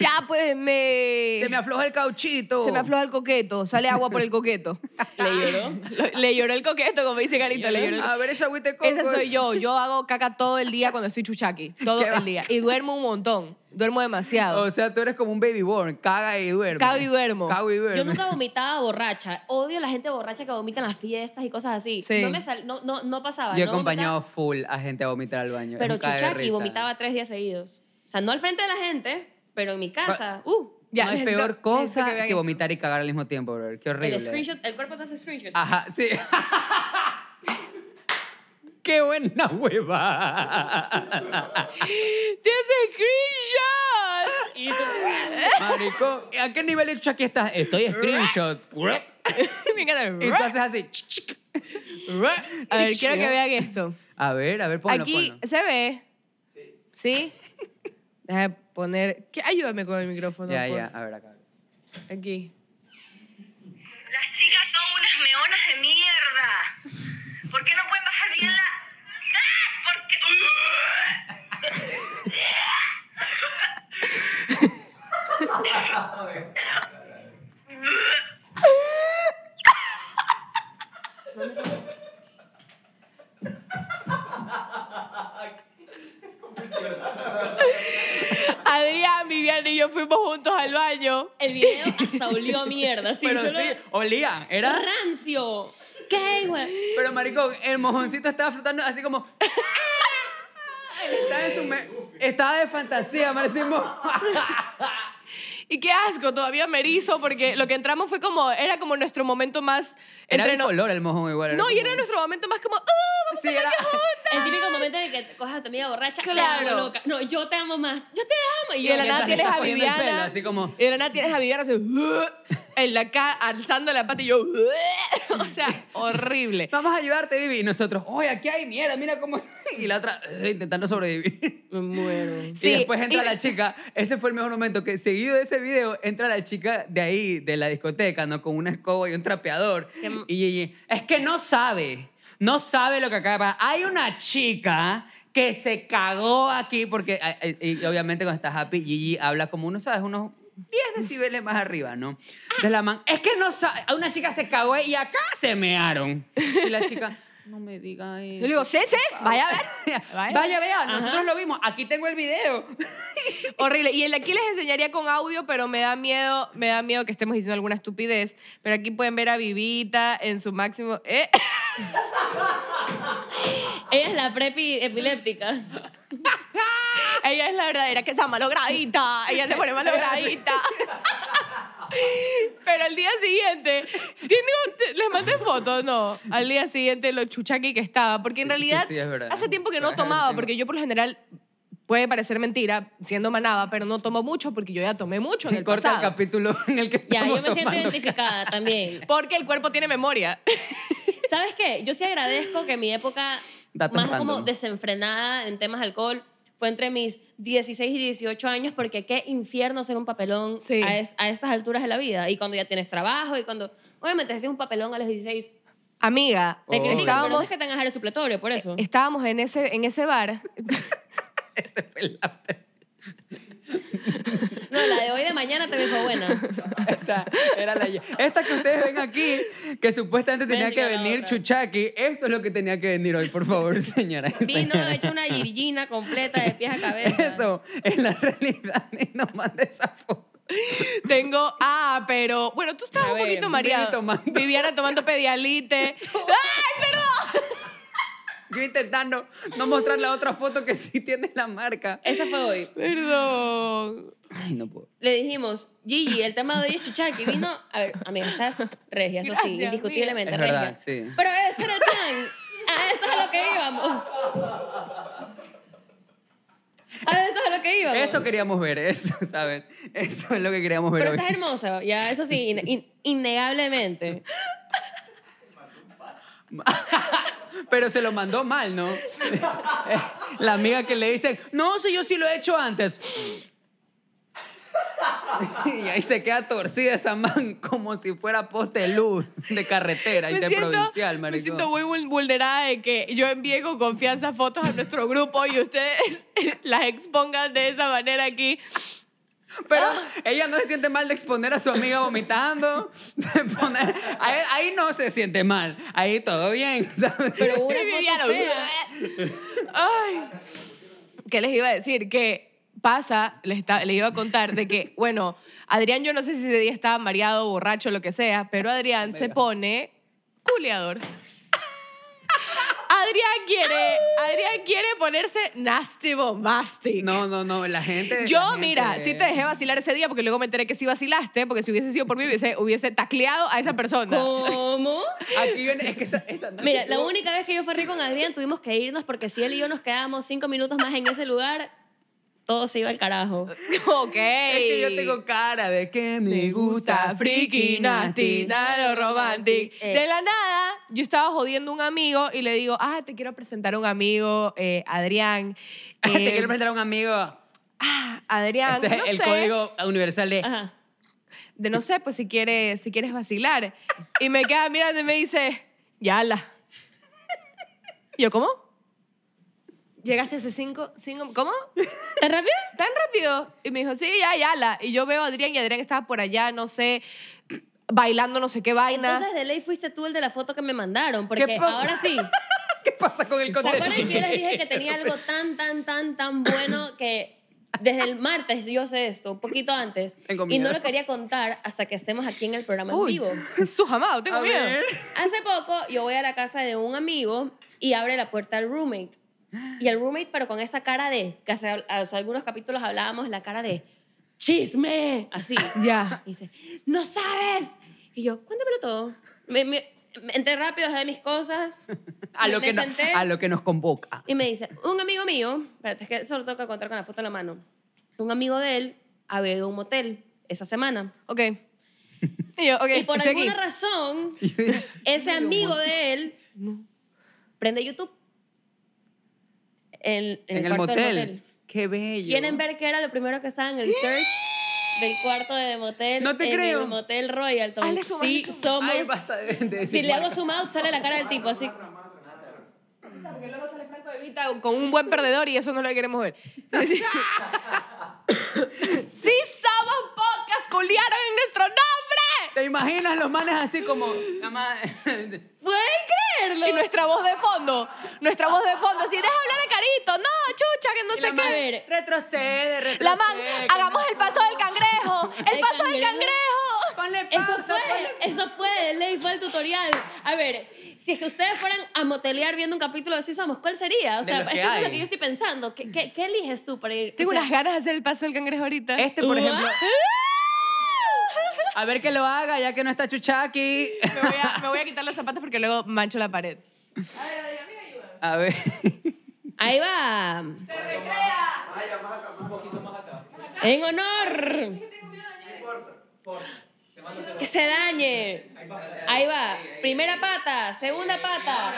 B: Ya pues me...
A: Se me afloja el cauchito.
B: Se me afloja el coqueto, sale agua por el coqueto.
C: ¿Le lloró?
B: Lo- le lloró el coqueto, como dice Carito, le lloró el
A: A ver, esa agüita de coco.
B: Ese soy yo, yo hago caca todo el día cuando estoy chuchaqui, todo
A: Qué
B: el día. Y duermo un montón, duermo demasiado.
A: O sea, tú eres como un baby born. Caga y duerme.
B: Cago y duermo.
A: Cago y duerme.
C: Yo nunca vomitaba borracha. Odio a la gente borracha que vomita en las fiestas y cosas así.
B: Sí.
C: No, me sal- no, no, no pasaba.
A: Yo he
C: Ah, no
A: acompañado
C: vomitaba.
A: full a gente a vomitar al baño.
C: Pero
A: Es un cague de
C: Chuchaki
A: risa.
C: vomitaba tres días seguidos. O sea, no al frente de la gente, pero en mi casa. Uh,
B: Ya,
A: no hay
B: necesito-
A: peor
B: necesito
A: cosa
B: vean
A: que,
B: esto.
A: vomitar y cagar al mismo tiempo, bro. Qué horrible.
C: el screenshot, el cuerpo te hace screenshot.
A: Ajá, sí. Qué buena hueva.
B: ¡Tienes screenshot!
C: Y tú-
A: Maricón, ¿a qué nivel de Chucky estás? Estoy screenshot.
B: Me encanta.
A: y tú haces así. chic, chic.
B: A ver, quiero
C: ¿eh?
B: que vean esto.
A: A ver, a ver, ponlo,
B: Aquí
A: ponlo.
B: se ve. Sí. Déjame poner. ¿Qué? Ayúdame con el micrófono.
A: Ya,
B: por
A: ya,
B: fa-
A: a ver acá.
B: Aquí.
E: Las chicas son unas meonas de mierda. ¿Por qué no pueden bajar bien la.? ¡Ah! ¿Por qué?
B: Adrián, Viviana y yo fuimos juntos al baño.
C: el video hasta olió a mierda. Sí,
A: Pero
C: solo
A: sí, olía, era.
C: rancio. ¿Qué, güey?
A: Pero maricón, el mojoncito estaba flotando así como. ¡Ah! Él estaba, en su me- estaba de fantasía, Marcimo.
B: Y qué asco, todavía me erizo porque lo que entramos fue como, era como nuestro momento más...
A: Era
B: entre
A: el
B: no-
A: color el mojón igual.
B: No, y
A: como-
B: era nuestro momento más como, "Ah, vamos
A: Sí,
B: a
A: era.
B: bañar juntas".
C: El típico momento en el que te coges a tu amiga borracha.
B: Claro.
C: Claro. loca. No, yo te amo más. Yo te amo.
B: Y
C: yo,
B: de la
A: Mientras
B: nada
A: te
B: tienes
A: estás
B: a
A: poniendo el
B: Viviana.
A: pelo, así como-
B: Y de la nada tienes a Viviana así, "Ugh", en la cara, alzando la pata y yo, "Ugh". o sea, horrible.
A: Vamos a ayudarte, Vivi. Y nosotros, oye, aquí hay mierda, mira cómo. Y la otra, "Ugh", intentando sobrevivir.
C: Me muero.
B: Sí,
A: y después entra
B: y-
A: la chica. Ese fue el mejor momento que, seguido de ese video, entra la chica de ahí, de la discoteca, ¿no? Con una escoba y un trapeador. Y Gigi, es que no sabe. No sabe lo que acaba de pasar. Hay una chica que se cagó aquí, porque ay, ay, y obviamente cuando estás happy, Gigi habla como uno, ¿sabes? Unos 10 decibeles más arriba, ¿no? De la man. Es que no sabe. Una chica se cagó y acá se mearon. Y la chica, no me diga eso.
B: Yo le digo, sí, sí, vaya a ver.
A: Vaya,
B: a ver".
A: vea, nosotros lo vimos. Aquí tengo el video.
B: Horrible. Y el de aquí les enseñaría con audio, pero me da miedo, me da miedo que estemos diciendo alguna estupidez. Pero aquí pueden ver a Vivita en su máximo. eh.
C: Ella es la prepi epiléptica.
B: Ella es la verdadera que está malogradita. Ella se pone malogradita. Pero al día siguiente, tiene un- te- les mandé fotos, no. Al día siguiente lo chuchaqui que estaba. Porque en
A: Sí, sí,
B: realidad
A: sí, es verdad.
B: hace tiempo que no
A: Pero es el
B: tomaba,
A: tema.
B: porque yo por lo general puede parecer mentira siendo manaba, pero no tomo mucho porque yo ya tomé mucho en el
A: Corta el
B: pasado.
A: capítulo en el que
C: Ya,
A: estamos
C: yo me siento
A: tomando
C: identificada también.
B: porque el cuerpo tiene memoria.
C: ¿Sabes qué? Yo sí agradezco que en mi época
A: Datos
C: más
A: random.
C: como desenfrenada en temas de alcohol fue entre mis 16 y 18 años porque qué infierno ser un papelón
B: Sí.
C: a, es- a estas alturas de la vida. Y cuando ya tienes trabajo y cuando... Obviamente, si haces un papelón a los 16,
B: Amiga,
A: Oh.
C: te critican, pero no
B: estábamos,
C: es que te van a dejar el supletorio por eso.
B: estábamos en, ese, en ese bar.
C: No, la de hoy de mañana también fue buena.
A: Esta, era la, esta que ustedes ven aquí, que supuestamente tenía
C: Ven,
A: que
C: ya la
A: venir
C: otra.
A: Chuchaki, eso es lo que tenía que venir hoy, por favor, señora.
C: Vino hecho una girgina completa de pies a cabeza.
A: Eso es la realidad y no manda esa foto.
B: Tengo, ah, pero bueno, tú estabas
C: A
B: un
C: ver,
B: poquito
C: Vivi
B: mareada.
A: tomando.
B: Viviana tomando pedialite. ¡Ay, perdón!
A: Yo intentando no mostrar la otra foto que sí tiene la marca.
C: Esa fue hoy.
B: Perdón.
A: Ay, no puedo.
C: Le dijimos, Gigi, el tema de hoy es Chuchaki. Vino, a ver, amiga, estás regia, eso sí,
B: Gracias,
C: indiscutiblemente
A: Es
C: regia.
A: verdad, sí.
C: Pero este era el plan. A eso es a lo que íbamos. A eso es a lo que íbamos.
A: Eso queríamos ver, eso, ¿sabes? Eso es lo que queríamos ver
C: Pero
A: hoy.
C: estás hermosa, ya, eso sí, in- in- innegablemente.
A: Pero se lo mandó mal, ¿no? La amiga que le dice, no, si yo sí lo he hecho antes. Y ahí se queda torcida esa man como si fuera poste de luz de carretera y de provincial,
B: me
A: maricón.
B: siento muy vul- vulnerada de que yo envíe con confianza fotos a nuestro grupo y ustedes las expongan de esa manera aquí.
A: Pero
B: Ah.
A: ella no se siente mal de exponer a su amiga vomitando. de poner- ahí, ahí no se siente mal. Ahí todo bien, ¿sabes?
C: Pero una
B: Viviana,
C: foto fea.
B: Ay. ¿Qué les iba a decir? Que pasa, les, esta- les iba a contar de que, bueno, Adrián, yo no sé si ese día estaba mareado, borracho, lo que sea, pero Adrián se pone culeador. Adrián quiere, Adrián quiere ponerse nasty bombastic.
A: No, no, no. La gente.
B: Yo,
A: la gente-
B: mira, sí te dejé vacilar ese día porque luego me enteré que sí vacilaste, porque si hubiese sido por mí hubiese, hubiese tacleado a esa persona.
C: ¿Cómo?
A: Aquí viene. Es que esa, esa noche
C: Mira, la
A: estuvo-
C: única vez que yo ferré con Adrián tuvimos que irnos porque si él y yo nos quedábamos cinco minutos más en ese lugar, todo se iba al carajo.
B: Ok.
A: Es que yo tengo cara de que me
B: Me gusta friki, nasty, nano romantic.
A: Eh.
B: De la nada, yo estaba jodiendo a un amigo y le digo, ah, te quiero presentar a un amigo, eh, Adrián.
A: Te
B: Eh,
A: quiero presentar a un amigo.
B: ah, Adrián,
A: Ese es
B: no
A: el
B: sé,
A: código universal de.
C: Ajá.
B: de no sé, pues si quieres, si quieres vacilar. Y me queda mirando y me dice, yala. Y Yo, ¿cómo? Llegaste hace cinco, cinco, ¿cómo?
C: ¿Tan rápido?
B: tan rápido. Y me dijo, sí, ya, ya. La. Y yo veo a Adrián y Adrián estaba por allá, no sé, bailando no sé qué vaina.
C: Entonces, de ley fuiste tú el de la foto que me mandaron, porque
A: ¿Qué pasa?
C: ahora sí.
A: ¿Qué pasa con el
C: ¿Se
A: contenido?
C: acuerdan que yo les dije que tenía algo tan, tan, tan, tan bueno que desde el martes yo sé esto, un poquito antes,
A: Tengo
C: y no
A: miedo.
C: lo quería contar hasta que estemos aquí en el programa
B: Uy,
C: en vivo?
B: Jesús amado, tengo
A: A
B: miedo.
A: ver.
C: Hace poco yo voy a la casa de un amigo y abre la puerta al roommate. Y el roommate, pero con esa cara de, que hace, hace algunos capítulos hablábamos, la cara de chisme, así.
B: Ya.
C: Y dice, no sabes. Y yo, cuéntamelo todo. Me, me- me entré rápido, dejé mis cosas.
A: A lo,
C: me
A: que no-
C: senté.
A: a lo que nos convoca.
C: Y me dice, un amigo mío, espérate, es que solo tengo que contar con la foto en la mano. Un amigo de él había ido a un motel esa semana.
B: Ok. Y yo, ok,
C: y por
B: estoy
C: alguna
B: aquí.
C: razón, ese amigo de él prende YouTube. En, en
A: En, el,
C: cuarto
A: motel.
C: del motel.
A: Qué bello.
C: ¿Quieren ver qué era lo primero que estaba en el search del cuarto de motel?
A: No te
C: en
A: creo.
C: el motel Royal.
B: Hazle zoom,
C: sí,
B: hazle zoom.
C: somos.
A: Ay, basta de, de decir
C: si le hago
A: marca.
C: zoom out, sale la cara del tipo así.
B: Porque luego sale Franco de Vita con un buen perdedor y eso no lo queremos ver. Entonces, sí somos pocas, culiaron en nuestro nombre.
A: ¿Te imaginas los manes así como. nada más-
B: ¿Pueden creerlo? Y nuestra voz de fondo, nuestra voz de fondo, así, deja hablar a Carito, no, chucha, que no
A: Y
B: sé
A: la
B: qué.
A: man,
C: ver.
A: Retrocede, retrocede.
B: La man,
A: que
B: hagamos
A: no-
B: el paso del cangrejo. El
C: ¿El
B: paso del
C: cangrejo?
B: cangrejo.
A: Ponle pausa,
C: Eso fue,
A: ponle-
C: eso fue de ley, fue el tutorial. A ver, si es que ustedes fueran a motelear viendo un capítulo de Así Somos, ¿cuál sería? O
A: De
C: sea,
A: los
C: es
A: que
C: que eso es
A: hay.
C: lo que yo estoy pensando. ¿Qué, qué, qué eliges tú para ir? O
B: Tengo
C: sea,
B: unas ganas de hacer el paso del cangrejo ahorita.
A: Este, por ejemplo.
B: Ah.
A: A ver que lo haga, ya que no está Chuchaki.
B: Me voy, a, me voy a quitar los zapatos porque luego mancho la pared.
A: A ver.
C: Ahí va.
B: Se recrea.
C: En honor. Que se Eh, dañe. Ahí va. Primera pata, segunda pata.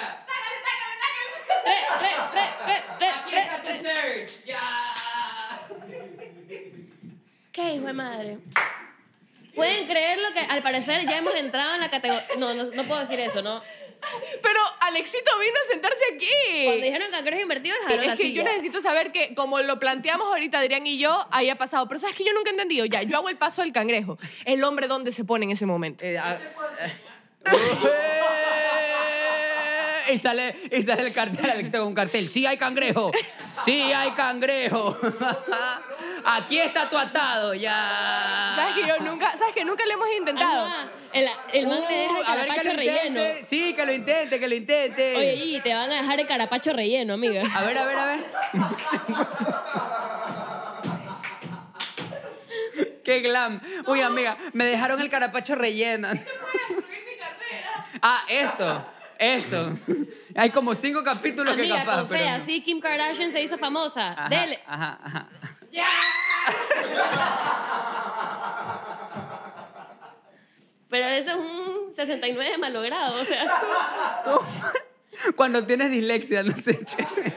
C: eh, ¿Qué hijo de madre? ¿Pueden creer lo que al parecer ya hemos entrado en la categoría? No, no, no puedo decir eso, ¿no?
B: Pero Alexito vino a sentarse
A: Eh,
C: Cuando
B: aquí.
C: dijeron cangrejos invertidos,
B: Es
C: dejaron
B: que
C: la
B: yo
C: silla.
B: necesito saber que, como lo planteamos ahorita Adrián y yo, haya pasado. Pero sabes que yo nunca he entendido. Ya, yo hago el paso del cangrejo. El hombre, ¿dónde se pone en ese momento?
A: Eh, ah, eh, y, sale, y sale el cartel, Alex, con un cartel. Sí hay cangrejo, sí hay cangrejo. Aquí está tu atado, ya.
B: ¿Sabes que yo nunca, sabes que nunca lo hemos intentado?
C: Ajá, el, el man le deja el
A: Uh, a ver que
C: carapacho
A: lo
C: relleno.
A: intente. Sí, que lo intente, que lo intente.
C: Oye, Gigi, te van a dejar el carapacho relleno, amiga.
A: A ver, a ver, a ver. Qué glam. Uy, amiga, me dejaron el carapacho relleno. Ah, esto, esto. Hay como cinco capítulos que
C: Amiga,
A: capaz,
C: con fe,
A: pero.
C: así Kim Kardashian se hizo famosa.
A: Ajá,
C: Dele.
A: Ajá, ajá.
C: Pero eso es un 69 malogrado, o sea.
A: Cuando tienes dislexia, no sé, chévere.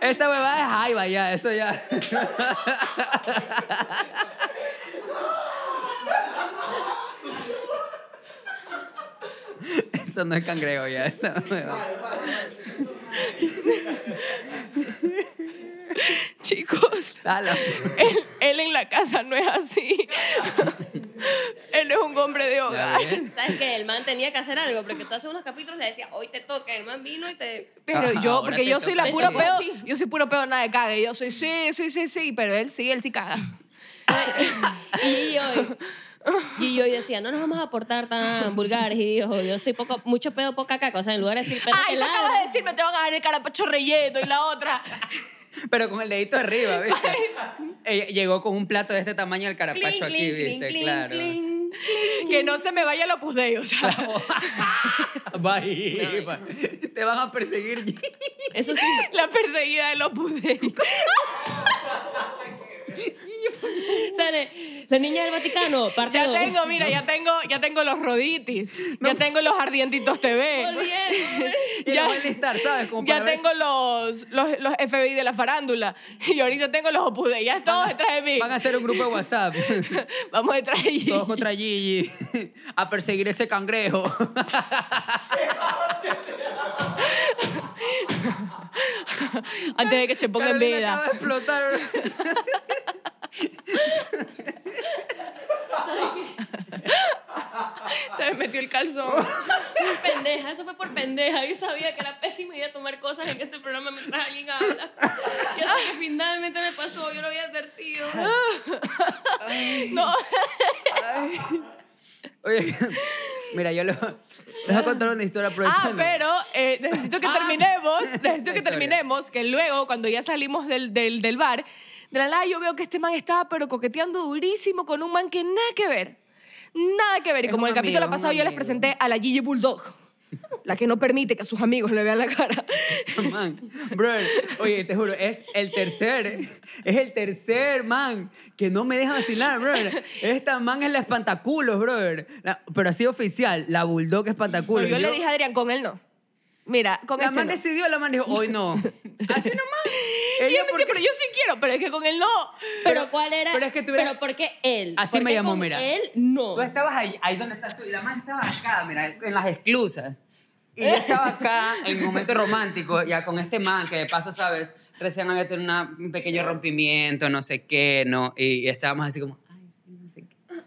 A: Esa huevada es jaiba ya, eso ya. Eso no es cangrejo ya, esa huevada.
B: Chicos,
A: Dale.
B: él, él en la casa no es así. él es un hombre de
A: Ya
B: hogar.
A: ves.
C: ¿Sabes qué? El man tenía que hacer algo, porque tú hace unos capítulos le decía, hoy te toca. El man vino y te.
B: Pero
A: Ajá,
B: yo,
A: ahora
B: porque
A: te
B: yo soy la
A: toca.
B: puro
C: Te
B: pedo,
C: toca a
B: yo soy puro pedo, nada de caga. Y yo soy, sí, sí, sí, sí, pero él sí, él sí caga.
C: Y Gigi hoy. Gigi hoy decía, no nos vamos a portar tan vulgares. Y dijo, yo soy poco, mucho pedo, poca caca. O sea, en lugar de decir pedo,
B: Ay,
C: que
B: tú
C: ladra.
B: acabas de decir, me te van a dar el carapacho relleno y la otra.
A: Pero con el dedito arriba, ¿viste? Ella llegó con un plato de este tamaño el carapacho
C: Cling,
A: aquí,
C: cling,
A: ¿viste?
C: cling,
A: claro.
C: cling, cling.
B: que no se me vaya la opus Dei, o sea.
A: Bye. Te van a perseguir.
C: Eso sí.
B: La perseguida del Opus Dei.
C: Sale, la niña del Vaticano, parte
B: Ya
C: dos.
B: tengo, mira, ya tengo, ya tengo los roditis, ya tengo los ardientitos
C: Por
B: TV,
C: diez.
A: Y
B: Ya-
A: lo van a listar, ¿sabes? Como
B: ya
A: para ver si-
B: tengo los, los, los FBI de la farándula y ahorita tengo los Opus Dei, ya es todo detrás de mí.
A: Van a hacer un grupo de WhatsApp.
B: Vamos detrás de Gigi.
A: Todos contra Gigi. A perseguir ese cangrejo.
B: antes de que se ponga en
A: Carolina
B: vida.
A: acaba de explotar.
B: Se me metió el calzón.
C: Por pendeja, eso fue por pendeja. Yo sabía que era pésima idea tomar cosas en este programa mientras alguien habla. Y hasta que finalmente me pasó, yo lo había advertido.
B: No.
A: Oye, mira, yo le les voy a contar una historia
B: Ah,
A: aprovechando.
B: pero eh, necesito que
A: Ah.
B: terminemos, necesito que
A: Historia.
B: terminemos, que luego, cuando ya salimos del, del, del bar, de la nada yo veo que este man estaba pero coqueteando durísimo con un man que nada que ver, nada que ver. Y
A: Es
B: como
A: un
B: el capítulo
A: amigo, es un
B: pasado yo les
A: amigo.
B: presenté a la Gigi Bulldog, la que no permite que a sus amigos le vean la cara.
A: Man, brother, oye, te juro, es el tercer, es el tercer man que no me deja vacilar, brother. Esta man es la espantaculos, brother. La- pero así oficial, la bulldog
B: Pero
A: espantaculos.
B: yo, le
A: Yo-
B: dije a Adrián, con él no. Mira, con
A: La
B: este
A: man
B: no.
A: decidió, la man dijo, hoy no. Así nomás.
B: Y
A: Ella
B: él me
A: porque-
B: dice, pero yo sí quiero, pero es que con él no.
C: Pero ¿cuál era?
A: pero es que tuviera-
C: Pero ¿por qué él?
A: Así
C: ¿Por
A: me
C: qué
A: llamó,
C: con
A: mira.
C: Él no.
A: Tú estabas ahí, ahí donde estás tú, y la man estaba acá, mira, en las esclusas. Y yo estaba acá en un momento romántico, ya con este man que de paso, ¿sabes? Recién había tenido una- un pequeño rompimiento, no sé qué, ¿no? Y, y estábamos así como, ay, sí, no sé qué.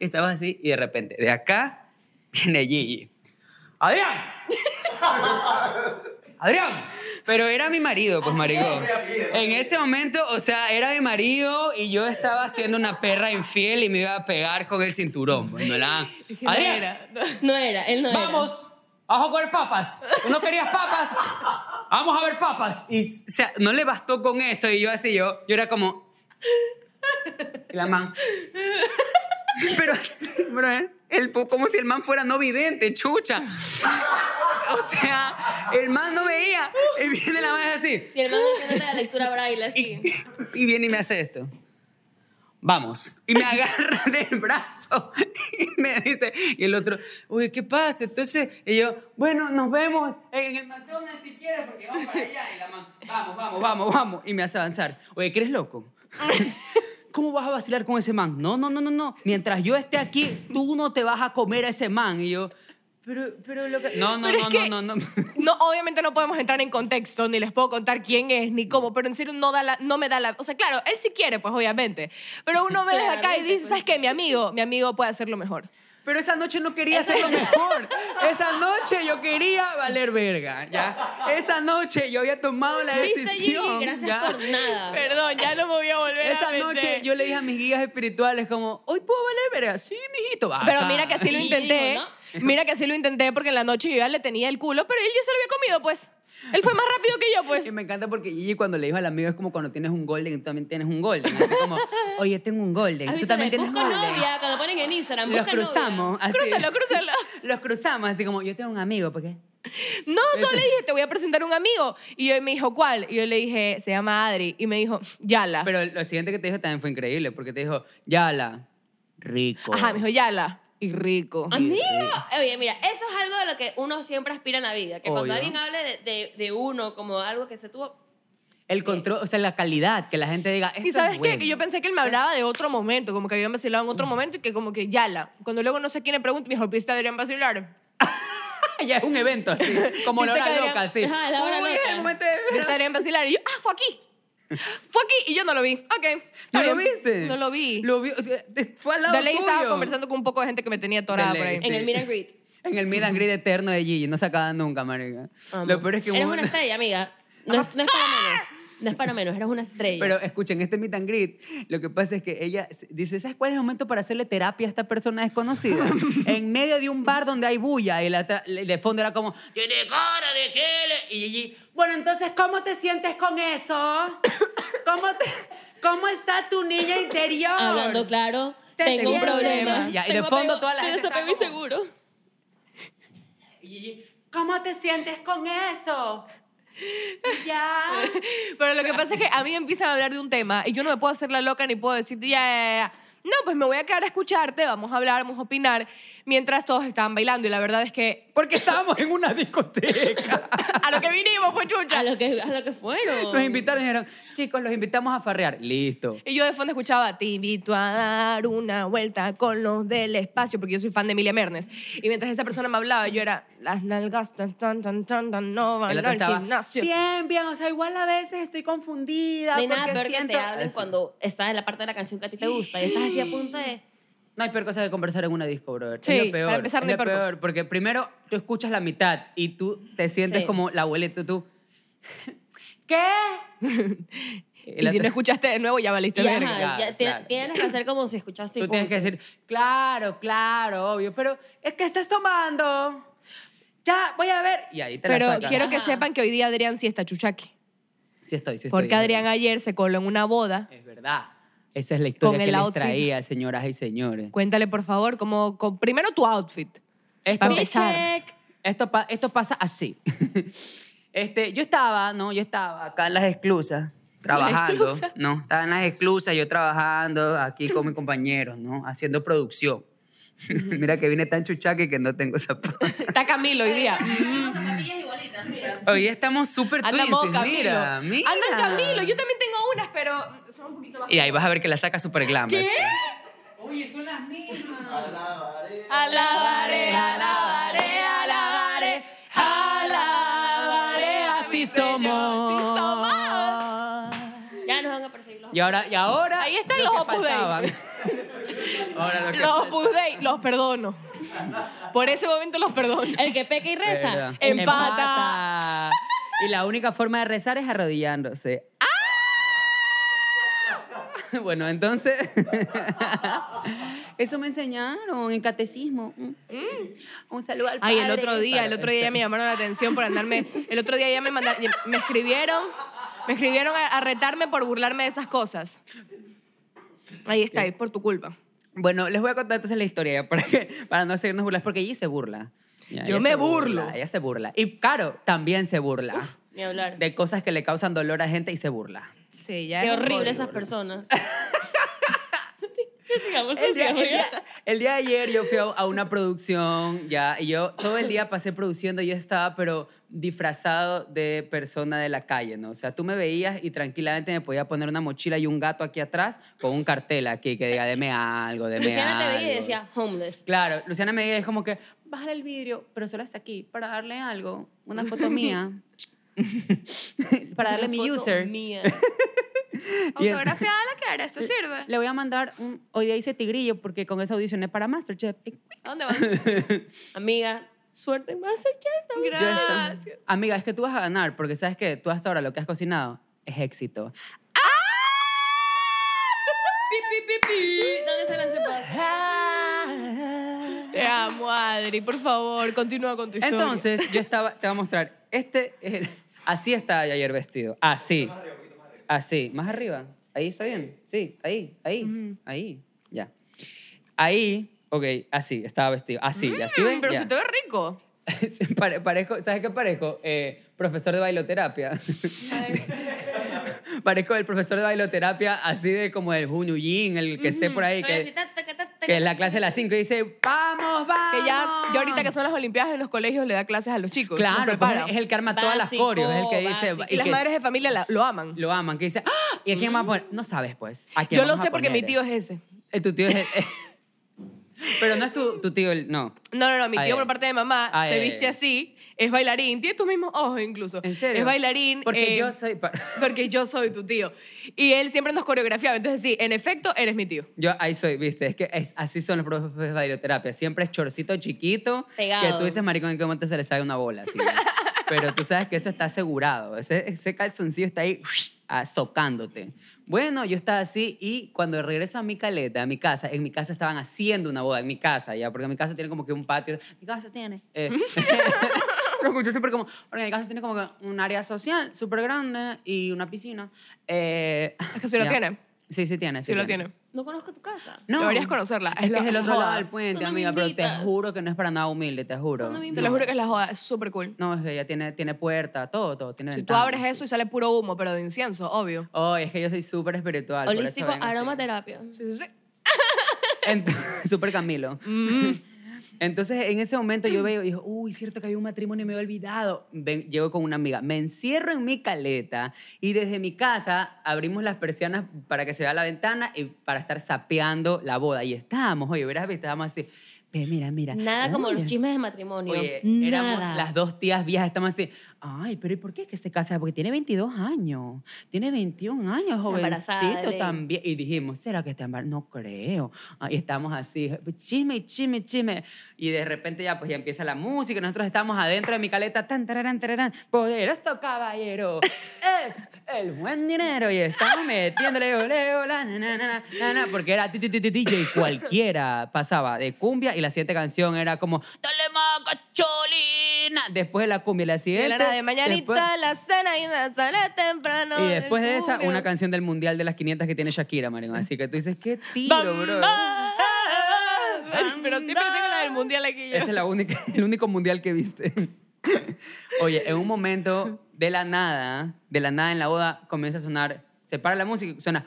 A: Y estabas así, y de repente, de acá viene Gigi. ¡Adrián! ¡Adrián! Pero era mi marido, pues, maricón. En ese momento, o sea, era mi marido y yo estaba siendo una perra infiel y me iba a pegar con el cinturón. pues, no la...
B: Que no
A: ¡Adrián!
B: era, no.
C: No era, él no era.
A: ¡Vamos! ¡Vamos a comer papas! ¿Tú no querías papas? ¡Vamos a ver papas! Y, o sea, no le bastó con eso y yo así, yo, yo era como... Y la man... Pero, bro, ¿eh? el, po- como si el man fuera no vidente, chucha. O sea, el man no veía. Y viene la man así.
C: Y el man haciéndote la lectura braille así.
A: Y viene y me hace esto. vamos. Y me agarra del brazo y me dice, y el otro, uy, ¿qué pasa? Entonces, y yo, bueno, nos vemos en el McDonald's si quieres, porque vamos para allá. Y la man, vamos, vamos, vamos, vamos. Y me hace avanzar. Oye, ¿qué eres loco? ¿Cómo vas a vacilar con ese man? No, no, no, no, no. Mientras yo esté aquí, tú no te vas a comer a ese man. Y yo, pero, pero lo que... No, no,
B: Pero
A: no,
B: es que-
A: no, no, no.
B: No, obviamente no podemos entrar en contexto, ni les puedo contar quién es, ni cómo, pero en serio no, da la- no me da la... O sea, claro, él sí quiere, pues obviamente, pero uno me deja acá y
C: Claramente,
B: dice,
C: pues,
B: ¿sabes qué? Mi amigo, mi amigo puede hacerlo mejor.
A: Pero esa noche no quería
C: Eso
A: ser lo
C: es verdad.
A: mejor. Esa noche yo quería valer verga, ¿ya? Esa noche yo había tomado la
C: Viste,
A: decisión.
C: Gigi, gracias
A: ¿ya?
C: por nada.
B: Perdón, ya no me voy a volver a
A: Esa
B: meter.
A: noche yo le dije a mis guías espirituales como, ¿hoy puedo valer verga? Sí, mijito, va.
B: Pero
A: acá".
B: mira que sí lo
C: Y
B: intenté.
C: digo,
B: Mira que sí lo intenté porque en la noche yo ya le tenía el culo, pero él ya se lo había comido, pues. Él fue más rápido que yo,
A: Y
B: pues.
A: me encanta porque Gigi cuando le dijo al amigo es como cuando tienes un golden y tú también tienes un golden. Así como, oye, tengo un golden, tú
C: Avísale,
A: también tienes
C: busca
A: golden.
C: novia, cuando ponen en Instagram,
A: Los
C: busca novia.
A: cruzamos. así.
B: Crúzalo, crúzalo.
A: Los cruzamos, así como, yo tengo un amigo, ¿por qué?
B: No, solo le dije, te voy a presentar un amigo. Y yo, y me dijo, ¿cuál? Y yo le dije, se llama Adri. Y me dijo, Yala.
A: Pero lo siguiente que te dijo también fue increíble porque te dijo, Yala, rico.
B: Ajá, me dijo, Yala. Y rico.
A: Ah,
C: Amiga, oye, mira, eso es algo de lo que uno siempre aspira en la vida, que
A: Obvio.
C: cuando alguien hable de, de- de uno como algo que se tuvo,
A: El control, o sea, la calidad, que la gente diga. Esto
B: ¿Y sabes
A: es
B: qué?
A: bueno".
B: Que yo pensé que él me hablaba de otro momento, como que habían vacilado en otro momento y que como que Yala. Cuando luego no sé quién le pregunta, me dijo, ¿viste a Adrián vacilar?
A: ya es un evento así, como la
B: Dice
A: hora
B: que
A: loca, así.
C: Ajá, la hora
A: Uy,
C: loca.
A: el momento
B: Yo
A: de-
B: estaría en vacilar. Y yo, ah, fue aquí. Fue aquí y yo no lo vi. Ok. está
A: ¿No lo
B: bien.
A: viste?
B: No lo vi.
A: Lo vi, o sea, te- fue al lado
B: de ley
A: tuyo.
B: estaba conversando con un poco de gente que me tenía atorada
A: De
B: por ahí.
A: ley, Sí.
C: en el meet and greet.
A: En el meet and greet eterno de Gigi, no se acaba nunca, marica.
B: Amo.
A: Lo peor es que
C: Eres una
A: hubo una- ¡Ah!
C: estrella, amiga. No es, no es para menos. No es para menos, eres una estrella.
A: Pero escuchen, este meet and greet, lo que pasa es que ella s- dice, ¿sabes cuál es el momento para hacerle terapia a esta persona desconocida? en medio de un bar donde hay bulla y la tra- le- de fondo era como, tiene cara de que le-". Y Gigi, bueno, entonces, ¿cómo te sientes con eso? ¿Cómo, te- cómo está tu niña interior?
C: Hablando claro,
A: Te
C: tengo un
A: sientes-
C: problema.
A: Ya, y de
C: Tengo
A: fondo
C: apego-
A: toda la gente
C: Tengo
A: está
C: apego
A: como-
C: inseguro.
A: Y Gigi, ¿cómo te sientes con eso? Ya.
B: Pero lo que pasa es que a mí me empiezan a hablar de un tema y yo no me puedo hacer la loca ni puedo decirte, ya, ya, ya. No, pues me voy a quedar a escucharte, vamos a hablar, vamos a opinar, mientras todos estaban bailando. Y la verdad es que
A: Porque estábamos en una discoteca.
B: a lo que vinimos, pues
C: A
B: chucha.
C: lo que, a lo que fueron.
A: Nos invitaron y dijeron, chicos, los invitamos a farrear. Listo.
B: Y yo de fondo escuchaba, te invito a dar una vuelta con los del espacio, porque yo soy fan de Emilia Mernes. Y mientras esa persona me hablaba, yo era, las nalgas tan, tan, tan, tan, tan, no
A: El
B: van
A: otro
B: al
A: estaba,
B: gimnasio.
A: Bien, bien, o sea, igual a veces estoy confundida.
C: No hay nada
A: porque
C: peor
A: siento...
C: que te hablen
A: Así.
C: cuando estás en la parte de la canción que a ti te gusta y estás así a punto de...
A: No hay peor cosa que conversar en una disco, brother.
B: Sí,
A: es lo peor.
B: para empezar,
A: es
B: no hay
A: lo
B: peor cosa.
A: peor, porque primero tú escuchas la mitad y tú te sientes
C: Sí.
A: como la abuelita, tú. ¿Qué?
B: Y si no escuchaste de nuevo, ya valiste
C: Y ajá,
B: verga.
A: claro,
C: ya te-
A: claro.
C: tienes que hacer como si escuchaste y
A: Tú
C: punto.
A: tienes que decir, claro, claro, obvio, pero es que estás tomando. Ya, voy a ver. Y ahí te
B: Pero
A: la sacan.
B: quiero que
C: Ajá.
B: sepan que hoy día Adrián sí está chuchaqui.
A: Sí estoy, sí estoy.
B: Porque
A: es
B: Adrián
A: verdad.
B: ayer se coló en una boda.
A: Es verdad. Esa es la historia
B: Con el
A: que les
B: outfit.
A: traía, señoras y señores.
B: Cuéntale, por favor, como, primero tu outfit.
A: Esto-
B: Para
A: Fit
B: empezar.
C: Check.
A: Esto, pa- esto pasa así. Este, yo estaba, ¿no? Yo estaba acá en las exclusas, trabajando,
B: exclusas.
A: ¿no? Estaba en las exclusas, yo trabajando aquí con mis compañeros, ¿no? Haciendo producción. Mira que vine tan chuchaque que no tengo zapatos.
B: Está Camilo hoy día.
C: Tenemos zapatillas igualitas, mira.
A: Hoy estamos súper
B: Anda
A: twinsies,
B: Camilo.
A: mira, mira.
B: Anda Camilo. Yo también tengo unas, pero son un poquito más.
A: Y ahí vas a ver que la saca súper glamour.
B: Oye, son las mismas. Alabaré. Alabaré, alabaré, alabaré. Alabaré, así somos. Así somos.
C: Ya nos van a perseguir los...
A: Y ahora, y ahora.
B: Ahí están
A: lo
B: los
A: que
B: Opus Dei.
A: faltaban. ahora lo que
B: Los Opus Dei, los perdono. Por ese momento los perdono.
C: El que peca y reza.
A: Pero-
B: Empata.
A: Y la única forma de rezar es arrodillándose. ¡Ah! Bueno, entonces. Eso me enseñaron en catecismo. Un saludo al
B: Mm. Ay, el
A: padre.
B: otro día, el
A: Para-
B: otro día
A: este-
B: ya me llamaron la atención por andarme. El otro día ya me mandaron, me escribieron, me escribieron a, a retarme por burlarme de esas cosas. Ahí está, es por tu culpa.
A: Bueno, les voy a contar entonces la historia ya, para, que, para no hacernos burlas, porque ella se burla. Ya,
B: Yo
A: ella
B: me
A: se
B: burlo.
A: burla, Ella se burla. Y Caro también se burla
C: Ni hablar.
A: de cosas que le causan dolor a gente y se burla.
B: Sí, ya.
C: Qué
B: es
C: horrible
B: un
C: esas personas.
B: Sigamos,
A: El día, el
B: sigamos,
A: día-
B: ya.
A: el día de ayer yo fui a, a una producción, ya, y yo todo el día pasé produciendo, yo estaba, pero disfrazado de persona de la calle, ¿no? O sea, tú me veías y tranquilamente me podía poner una mochila y un gato aquí atrás con un cartel aquí que diga, deme algo, deme
C: Luciana te
A: algo.
C: veía y decía, homeless.
A: Claro, Luciana me dice, es como que, bájale el vidrio, pero solo hasta aquí, para darle algo, una foto mía, para darle
B: Una
A: mi
B: foto
A: user.
B: Mía.
A: Y en-
F: Autografiada la cara, esto sirve.
A: Le voy a mandar un, hoy día hice tigrillo porque con eso audicioné para Masterchef.
B: ¿A dónde vas?
C: Amiga, suerte en Masterchef. amiga.
A: Yo estoy-
F: Gracias.
A: Amiga, es que tú vas a ganar, porque sabes que tú hasta ahora lo que has cocinado es éxito.
B: Ah.
C: Pi, pi, pi, pi. ¿Dónde se lanzó el pedazo?
B: Te amo, Adri. Por favor, continúa con tu historia.
A: Entonces, yo estaba, te voy a mostrar. Este, es el- así estaba yo ayer vestido. Así. Así. Más arriba. Ahí está bien. Sí, ahí, ahí, ahí. Ya. Ahí, ok, así, estaba vestido. Así, así ven.
B: Mm, pero
A: Ya.
B: se te ve rico.
A: Sí, pare- parezco, ¿Sabes qué parezco? Eh, profesor de bailoterapia. parezco el profesor de bailoterapia así de como el Junyujin, el que esté por ahí,
C: Oye, así,
A: que,
C: ta, ta, ta, ta,
A: que es la clase de las 5 y dice, vamos, vamos.
B: Que ya, ya ahorita que son las Olimpiadas en los colegios le da clases a los chicos. los
A: Claro,
B: prepara.
A: pues, es el que arma todas las
C: Básico,
A: coreos, es el que dice...
C: básico.
B: y, las
A: que
B: madres de familia la- lo aman.
A: Lo aman, que dice, "Ah, ¿y a quién vamos a poner? No sabes, pues. ¿a quién
B: Yo lo
A: vamos a
B: sé porque mi
A: poner?
B: tío es ese.
A: Eh, Tu tío es... el- eh, pero no es tu, tu tío, el- no.
B: No, no, no, mi
A: Ay,
B: tío
A: ay.
B: por parte de mamá
A: Ay,
B: se
A: ay,
B: viste
A: ay.
B: así, es bailarín, tiene tus mismos ojos incluso.
A: ¿En serio?
B: Es bailarín.
A: Porque
B: eh,
A: yo soy... pa-
B: Porque yo soy tu tío. Y él siempre nos coreografiaba. Entonces, sí, en efecto, eres mi tío.
A: Yo ahí soy, viste, es que es- así son los profes de bailoterapia. Siempre es chorcito chiquito.
C: Pegado.
A: Que tú dices, maricón, ¿en qué momento se le sale una bola? así, ¿no? Pero tú sabes que eso está asegurado. Ese, ese calzoncillo está ahí ah, socándote. Bueno, yo estaba así y cuando regreso a mi caleta, a mi casa, en mi casa estaban haciendo una boda, en mi casa ya, porque mi casa tiene como que un patio. Mi casa tiene... eh, lo escucho siempre como, porque mi casa tiene como que un área social súper grande y una piscina. Eh,
B: Es que sí lo
A: ya.
B: tiene.
A: Sí, sí tiene.
B: Sí lo tiene.
C: No conozco tu casa.
A: No.
B: Deberías conocerla.
A: Es,
B: Es
A: que
B: la-
A: es el otro lado del
B: jodas.
A: puente,
C: No me
A: amiga, pero te
C: invitas.
A: juro que no es para nada humilde, te juro.
C: No me
B: Te lo juro que es la joda, es súper cool.
A: No, es bella, tiene, tiene puerta, todo, todo. Tiene
B: Si tú
A: ventanas,
B: abres
A: sí.
B: eso y sale puro humo, pero de incienso, obvio.
A: Oh, es que yo soy súper espiritual. por eso
C: Holístico
A: vengo así.
C: aromaterapia.
B: Sí, sí, sí.
A: Ent- Súper Camilo.
C: Mm.
A: Entonces, en ese momento yo veo y digo, uy, cierto que había un matrimonio, me había olvidado. Ven, llego con una amiga, me encierro en mi caleta y desde mi casa abrimos las persianas para que se vea la ventana y para estar sapeando la boda. Y estábamos, oye, verás, estábamos así, ve, mira, mira.
C: Nada como
A: Uy,
C: los chismes de matrimonio.
A: Oye,
C: Nada.
A: éramos las dos tías viejas, estamos así, ay, pero ¿y por qué es que se casa? Porque tiene 22 años, tiene 21 años,
C: embarazada,
A: jovencito
C: Belén.
A: también. Y dijimos, ¿será que está embarazada? No creo. Ah, Y estamos así, chisme, chisme, chisme. Y de repente ya, pues ya empieza la música, y nosotros estamos adentro de mi caleta, tan, tararán, tararán, poderoso caballero, es el buen dinero. Y estamos metiéndole, ole, ola, na, na, na, na, na, na, porque era ti, ti, ti, ti, DJ cualquiera pasaba de cumbia y la siguiente canción era como, dale más cacholina. Después de la cumbia, y la
B: Y
A: siguiente.
B: de la nada de mañanita,
A: después-
B: la cena y la sala temprano.
A: y después de esa,
B: estudio.
A: una canción del Mundial de las 500 que tiene Shakira, Marion. Así que tú dices, qué tiro, bro.
B: Pero siempre tengo la del mundial aquí yo.
A: Ese es la única, el único mundial que viste. Oye, en un momento de la nada, de la nada en la boda, comienza a sonar, se para la música y suena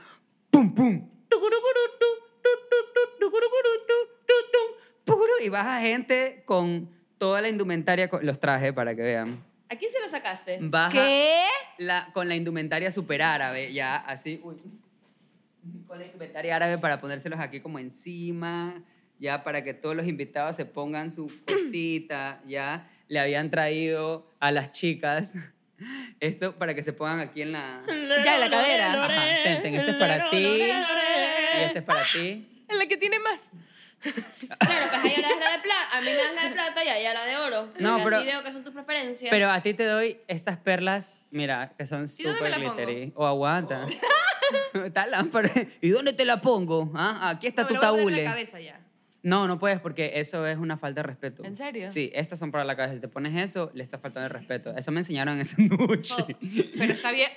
A: pum, pum. tucurucurutu, tu, tu, tu, tucurucurutu, tu, tu, pucuru, Y baja gente con toda la indumentaria, con- los traje para que vean.
C: ¿A quién se lo sacaste?
A: Baja
B: ¿Qué?
A: la- con la indumentaria super árabe, ya así, uy, con la indumentaria árabe para ponérselos aquí como encima, ya para que todos los invitados se pongan su cosita, ya le habían traído a las chicas esto para que se pongan aquí en la...
B: Ya, en la cadera.
A: Ajá, ten, ten, este es para ti y este es para
B: Ah,
A: ti.
B: En la que tiene más.
C: Claro, pues a ella le das la de plata, a mí me das la de plata y a ella la de oro.
A: No,
C: No,
A: pero-
C: así veo que son tus preferencias.
A: Pero a ti te doy estas perlas, mira, que son
B: ¿Y dónde me
A: súper
B: la pongo?
A: glittery. O aguanta. Está lámpara. ¿Y dónde te la pongo? ¿Ah? Aquí está
B: No,
A: tu
B: me lo voy a poner en
A: tabule.
B: la cabeza ya.
A: No, no puedes porque eso es una falta de respeto.
B: ¿En serio?
A: Sí, estas son para la cabeza. Si te pones eso, le estás faltando el respeto. Eso me enseñaron esa
B: Oh.
A: noche.
B: Pero está bien.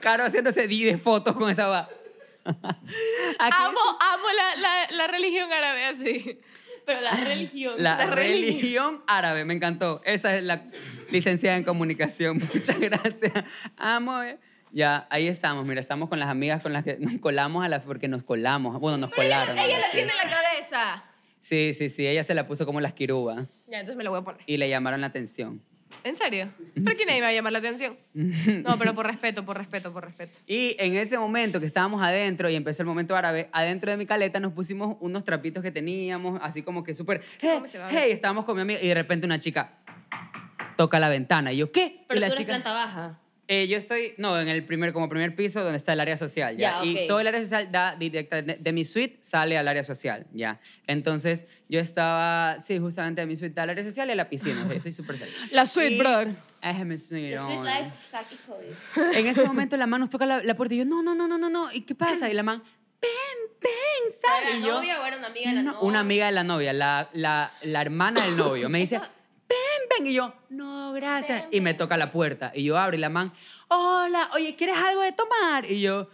A: Caro haciéndose di de fotos con esa va. Aquí
B: Amo, amo la, la, la religión árabe así.
C: Pero la religión.
A: Ah, la,
B: la religión.
A: religión árabe, me encantó. Esa es la licenciada en comunicación. Muchas gracias. Amo. eh. Ya, ahí estamos. Mira, estamos con las amigas con las que nos colamos a las porque nos colamos. Bueno, nos colaron.
B: Ella,
A: ¿no?
B: la tiene en la cabeza.
A: Sí, sí, sí. Ella se la puso como las quirúas
B: Ya, entonces me lo voy a poner.
A: y le llamaron la atención.
B: ¿En serio? ¿Por qué nadie me va a llamar la atención? No, pero por respeto, por respeto, por respeto.
A: Y en ese momento que estábamos adentro y empezó el momento árabe, adentro de mi caleta nos pusimos unos trapitos que teníamos, así como que súper. Hey,
B: ¿Cómo se va?
A: hey, estábamos con mi amiga y de repente una chica toca la ventana. Y yo, ¿qué?
C: Pero
A: y la
C: tú eres
A: chica.
C: planta baja.
A: Eh, yo estoy, no, en el primer, como primer piso donde está el área social, ¿ya?
C: Ya, ok.
A: Y todo el área social da directa, de, de mi suite sale al área social, ¿ya? Entonces, yo estaba, sí, justamente de mi suite al área social y a la piscina, o sea, yo soy súper sal.
B: La suite,
A: Y-
B: brother.
A: Es mi suite,
C: The Sweet
A: oh.
C: Life, Saki Cody.
A: En ese momento la mano toca la, la puerta y yo, no, no, no, no, no, no, ¿y qué pasa? Y la man, ven, ven,
C: ¿Era
A: sal.
C: la
A: Y yo,
C: novia o era una amiga de la
A: no,
C: novia?
A: una amiga de la novia, la, la, la hermana del novio, me dice, ven, ven. Y yo, no, gracias. Y me toca la puerta. Y yo abro y la man, hola, oye, ¿quieres algo de tomar? Y yo,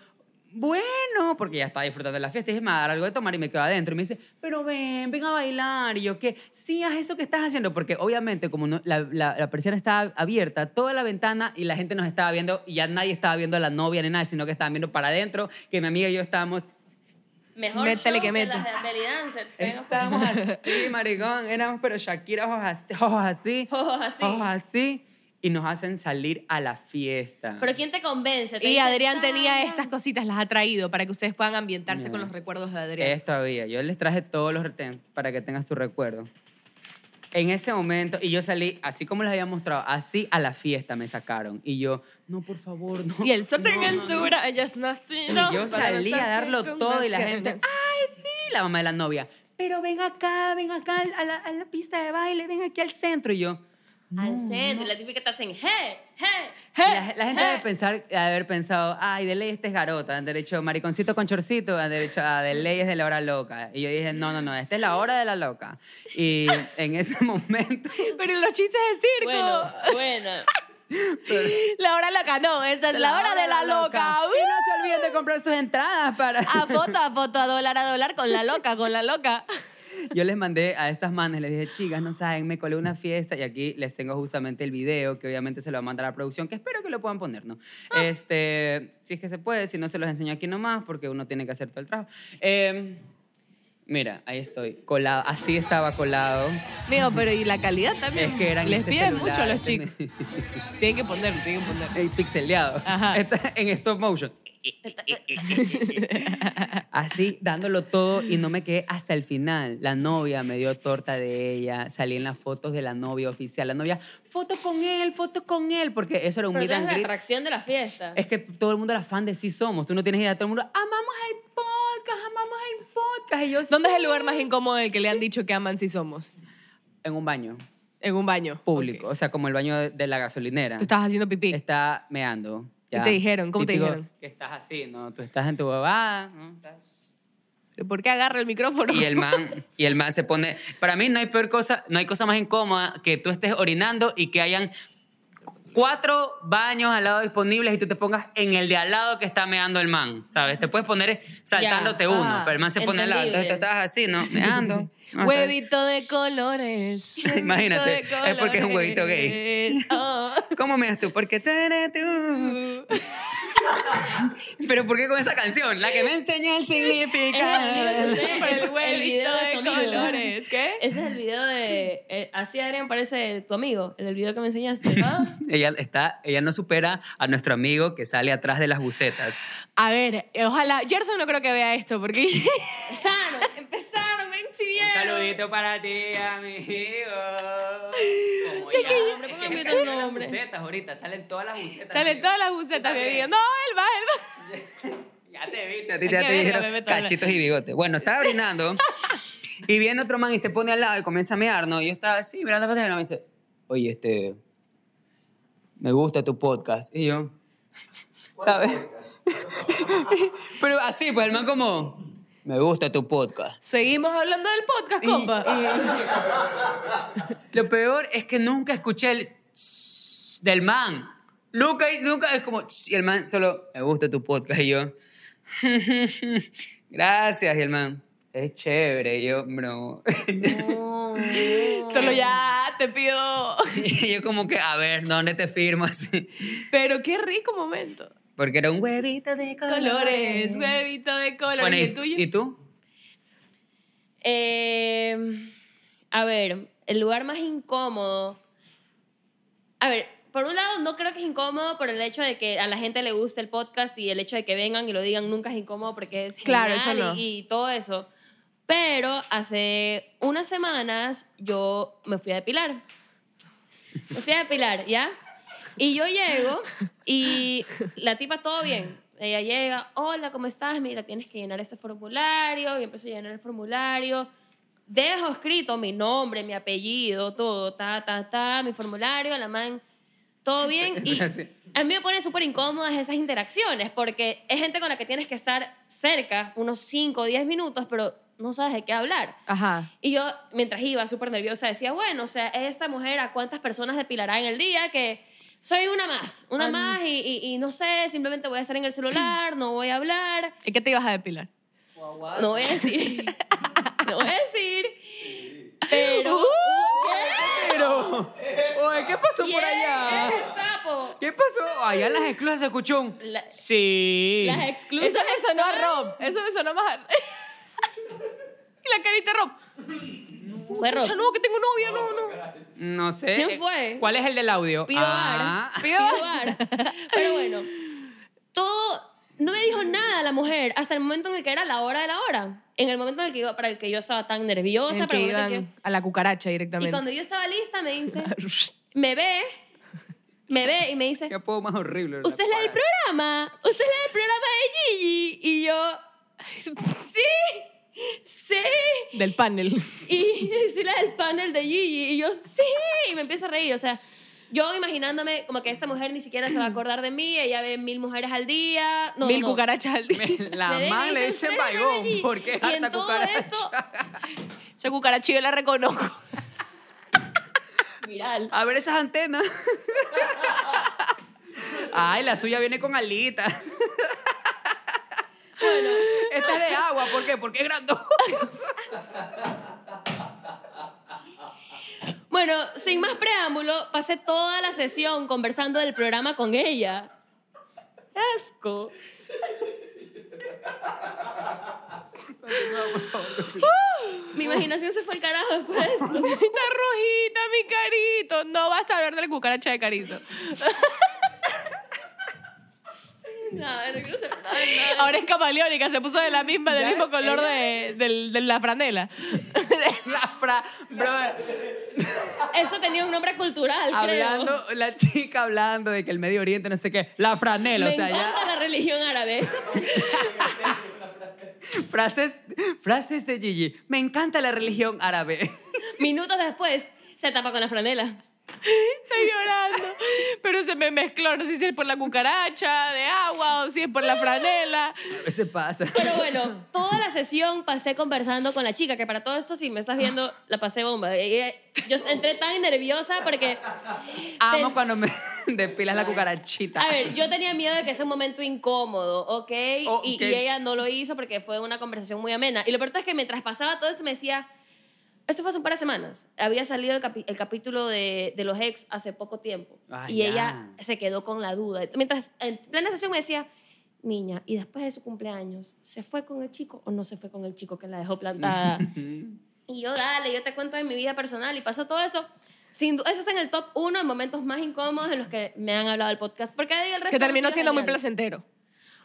A: bueno, porque ya estaba disfrutando de la fiesta. Y dije, me va a dar algo de tomar y me quedo adentro. Y me dice, pero ven, ven a bailar. Y yo, ¿qué? Sí, haz eso que estás haciendo. Porque obviamente, como no- la, la, la persiana estaba abierta, toda la ventana y la gente nos estaba viendo. Y ya nadie estaba viendo a la novia ni nada, sino que estaban viendo para adentro. Que mi amiga y yo estábamos
C: Mejor
B: Métele
C: show
B: que
C: que,
B: mete.
C: las de belly dancers. que vengan por-
A: Estábamos así, maricón. Éramos, pero Shakira, ojos así, ojos así.
C: Ojos así.
A: ojos así, Y nos hacen salir a la fiesta.
C: Pero ¿quién te convence? Te
B: Y
C: dice,
B: Adrián tenía
C: "Sal".
B: estas cositas, las ha traído para que ustedes puedan ambientarse
A: Mm.
B: con los recuerdos de Adrián.
A: es todavía. Yo les traje todos los retenes para que tengas tu recuerdo. En ese momento, y yo salí, así como les había mostrado, así a la fiesta me sacaron. Y yo, no, por favor, no.
B: Y el sol
A: no,
B: tenía el
A: no,
B: sur.
C: Dura, ella es nasty,
A: Y
C: ¿no?
A: yo
C: Para
A: salí
C: besar
A: a darlo
C: con
A: todo y la
C: unas
A: gente,
C: ganas.
A: ¡ay, sí! La mamá de la novia, pero ven acá, ven acá a la, a la pista de baile, ven aquí al centro. Y yo,
C: Al centro, y la típica te hacen, hey, hey,
A: Y
C: hey.
A: La, la gente debe pensar, haber pensado, ay, de ley este es garota, han derecho mariconcito con chorcito, han derecho a de ley es de la hora loca. Y yo dije, no, no, no, esta es la hora de la loca. Y en ese momento,
B: Pero los chistes de circo.
C: Bueno, bueno.
B: La hora loca, no, esta es la, hora, de la loca.
A: Y no se olviden de comprar sus entradas para...
B: Uh, A foto, a foto, a dólar, a dólar, con la loca, con la loca.
A: Yo les mandé a estas manes, les dije, chicas, no saben, me colé una fiesta y aquí les tengo justamente el video que obviamente se lo va a mandar a la producción, que espero que lo puedan poner, ¿no?
B: Ah.
A: Este, si es que se puede, si no se los enseño aquí nomás porque uno tiene que hacer todo el trabajo. Eh, mira, ahí estoy, colado, así estaba colado.
B: Mijo, pero y la calidad también.
A: Es que eran
B: Les
A: este
B: piden
A: celular,
B: mucho a los
A: tiene-
B: chicos. Tienen que ponerlo, tienen que ponerlo.
A: eh, pixeleado,
B: Ajá.
A: Está en stop motion. Así, dándolo todo y no me quedé hasta el final. La novia me dio torta de ella, salí en las fotos de la novia oficial. La novia, foto con él, foto con él, porque eso era un
C: Pero
A: meet
C: tú eres
A: and
C: la
A: greet.
C: atracción de la fiesta.
A: Es que todo el mundo era fan de Sí Somos. Tú no tienes idea. Todo el mundo, amamos el podcast, amamos el podcast. Y yo,
B: ¿Dónde es
A: "Sí".
B: el lugar más incómodo en el que le han dicho que aman si somos?
A: En un baño
B: En un baño.
A: público, o sea, como el baño de- de la gasolinera.
B: Tú estabas haciendo pipí.
A: Está meando.
B: ¿Qué te dijeron? ¿Cómo te
A: Típico
B: dijeron?
A: Que estás así, ¿no? Tú estás en tu bobada, ¿no? Estás-
B: ¿Pero ¿Por qué agarra el micrófono?
A: Y el man, y el man se pone. Para mí no hay peor cosa, no hay cosa más incómoda que tú estés orinando y que hayan cuatro baños al lado disponibles y tú te pongas en el de al lado que está meando el man, ¿sabes? Te puedes poner saltándote
C: Ya,
A: uno,
B: ah,
A: pero el man se pone al lado. Entonces tú
C: entendible.
A: estabas así, ¿no? Meando.
B: Huevito de colores. huevito de
A: Imagínate, es porque es un huevito gay.
B: colores. Oh.
A: ¿Cómo meas tú? Porque tú eres tú. Pero ¿por qué con esa canción? La que me enseña el significado.
C: Ese es
B: El huevito
C: video
B: de
C: sonido.
B: colores, ¿qué?
C: Ese es el video de. eh, así Adrián parece tu amigo, el del video que me enseñaste. ¿no?
A: Ella, está, ella no supera a nuestro amigo que sale atrás de las bucetas.
B: A ver, eh, ojalá. Gerson no creo que vea esto porque.
C: Empezaron, empezaron, ven si
A: Un
C: vieron.
A: saludito para ti, amigo. Como
C: Ya
A: ya-
C: que- hombre, ¿cómo
A: es que
C: me
A: me
C: olvidó el
A: salen
C: nombre?
A: Las bucetas ahorita, salen todas las bucetas.
B: Salen
A: amigo.
B: todas las bucetas, mi
A: También.
B: amigo. No, él va, él va.
A: Ya te viste, a ti
B: Hay
A: ya
B: que
A: te
B: verla,
A: dijeron
B: me meto a la-
A: cachitos y bigotes. Bueno, estaba orinando y viene otro man y se pone al lado y comienza a mear, ¿no? Y yo estaba así, mirando para atrás y el man me dice, oye, este, me gusta tu podcast. Y yo, ¿sabes? Pero así, pues el man como, me gusta tu podcast.
B: Seguimos hablando del podcast,
A: Y-
B: compa.
A: Lo peor es que nunca escuché el tss del man. Nunca, nunca es como, tss, y el man solo, me gusta tu podcast, y yo, gracias, y el man, es chévere, y yo, bro.
C: Oh.
B: Solo ya te pido.
A: y yo como que, a ver, ¿dónde te firmo? Así.
B: Pero qué rico momento.
A: Porque era un huevito de colores.
B: Colores, huevito de colores.
A: Bueno,
B: ¿Y el tuyo?
A: ¿Y tú?
C: Eh, a ver, el lugar más incómodo. A ver, por un lado no creo que es incómodo por el hecho de que a la gente le guste el podcast y el hecho de que vengan y lo digan nunca es incómodo porque es
B: Claro,
C: genial
B: eso no.
C: y, y todo eso. Pero hace unas semanas yo me fui a depilar. Me fui a depilar, ¿ya? Y yo llego y la tipa todo bien. Ella llega, hola, ¿cómo estás? Mira, tienes que llenar ese formulario. Y empiezo a llenar el formulario. Dejo escrito mi nombre, mi apellido, todo, ta, ta, ta, mi formulario, la man, todo bien. Y
A: así.
C: a mí me pone súper incómodas esas interacciones porque es gente con la que tienes que estar cerca unos 5 o 10 minutos, pero no sabes de qué hablar.
B: Ajá.
C: Y yo, mientras iba súper nerviosa, decía, bueno, o sea, esta mujer a cuántas personas depilará en el día que soy una más, una
B: Ay, no.
C: más y, y- y no sé, simplemente voy a estar en el celular, no voy a hablar,
B: ¿Y qué te ibas a depilar?
C: no voy a decir, no voy a decir, pero...
A: Pero, oye, ¿qué pasó
C: ¿Quién
A: por allá?
C: es el sapo?
A: ¿Qué pasó? Allá en las esclusas se escuchó un...
C: La-
A: Sí.
C: Las exclusas
B: Eso me sonó
C: están-
B: a Rob. Eso me sonó más a... y la carita de Rob.
C: Fue Rob.
B: Yo no, que tengo novia, no, no.
A: No sé. eh,
C: ¿Quién fue?
A: ¿Cuál es el del audio?
C: Pido
A: Ah.
C: bar.
B: pido
C: Pido
B: bar.
C: bar. Pero bueno, todo. No me dijo nada la mujer hasta el momento en el que era la hora de la hora. En el momento en el que yo, para el que yo estaba tan
B: En
C: nerviosa.
B: el
C: Para
B: que
C: el momento en
B: iban a la cucaracha
C: que- y
B: directamente.
C: cuando yo estaba lista, me dice, me ve, me ve y me dice,
A: Qué apodo más horrible. ¿verdad?
C: ¿usted es la del programa? ¿Usted es la del programa de Gigi? Y yo, sí, sí.
B: Del panel.
C: Y soy la del panel de Gigi. Y yo, sí. Y me empiezo a reír. O sea, yo imaginándome como que esta mujer ni siquiera se va a acordar de mí. Ella ve mil mujeres al día. No,
B: Mil
C: no.
B: cucarachas al día.
A: La
C: Me ve y me
A: madre le
C: dice,
A: dice
C: "¿Usted es la de
A: Baigón,
C: Gigi?"
A: porque es
C: Y en
A: harta
C: todo
A: cucaracha.
C: esto,
B: Esa cucaracha yo la reconozco.
C: viral.
A: A ver esas antenas. Ay, la suya viene con alitas. Esta es de agua, ¿por qué? Porque es grandota.
C: Bueno, sin más preámbulo, pasé toda la sesión conversando del programa con ella. Qué Asco. Uh, Mi imaginación se fue al carajo después de esto.
B: Está rojita, mi carito. No basta hablar de la cucaracha de carito.
C: Nada, no quiero saber nada de nada.
B: Ahora es camaleónica, se puso de la misma, del
A: Ya,
B: mismo color
A: ella-
B: de, del- de la franela.
A: La fra... Bro,
C: Eso tenía un nombre cultural, creo.
A: hablando, la chica hablando de que el Medio Oriente no sé qué, la franela,
C: Me
A: o sea,
C: encanta
A: ya,
C: la religión árabe. Eso
A: frases, frases de Gigi, me encanta la religión árabe.
C: Minutos después, se tapa con la franela.
B: Estoy llorando. Pero se me mezcló, no sé si es por la cucaracha de agua o si es por la franela.
A: A veces pasa.
C: Pero bueno, toda la sesión pasé conversando con la chica, que para todo esto, si me estás viendo, la pasé bomba. Ella- Yo entré tan nerviosa porque,
A: Amo
C: te-
A: cuando me despilas la cucarachita.
C: a ver, yo tenía miedo de que sea un momento incómodo, ¿ok? Y-
A: Ok.
C: Y, ella no lo hizo porque fue una conversación muy amena. Y lo peor es que mientras pasaba todo eso me decía, esto fue hace un par de semanas, había salido el, capi- el capítulo de, de los ex hace poco tiempo.
A: Ah,
C: y
A: ya.
C: ella se quedó con la duda. Mientras en plena sesión me decía, niña, y después de su cumpleaños, ¿se fue con el chico o no se fue con el chico que la dejó plantada? y yo, dale, yo te cuento de mi vida personal y pasó todo eso. Sin du- eso está en el top uno de momentos más incómodos en los que me han hablado del podcast. Porque ahí el resto
B: Que
C: han
B: terminó
C: sido
B: siendo muy
C: geniales.
B: placentero.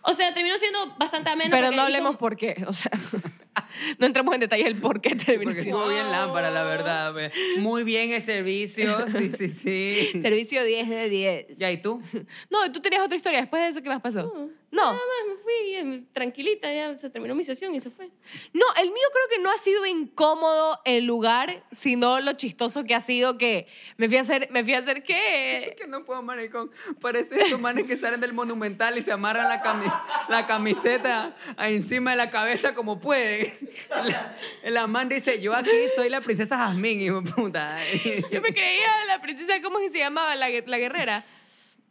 C: O sea, terminó siendo bastante ameno.
B: Pero
C: porque
B: no
C: hizo
B: hablemos
C: un-
B: por qué. O sea, no entremos en detalles del por qué terminó
A: Porque
B: siendo.
A: estuvo bien lámpara, la verdad. ve. Muy bien el servicio, sí, sí, sí.
B: Servicio 10 de 10.
A: Ya, ¿y tú?
B: No, tú tenías otra historia. Después de eso, ¿qué más pasó? No. Ah,
C: Nada más me fui em, tranquilita, ya se terminó mi sesión y se fue.
B: No, el mío creo que no ha sido incómodo el lugar, sino lo chistoso que ha sido que me fui a hacer, me fui a hacer qué.
A: que no puedo, maricón. Parece esos manes que salen del monumental y se amarran la, cami- la camiseta a encima de la cabeza como pueden. La, la man dice, yo aquí soy la princesa Jazmín, hijo de puta.
B: Yo me creía la princesa, ¿cómo es que se llamaba? La, gue- la guerrera.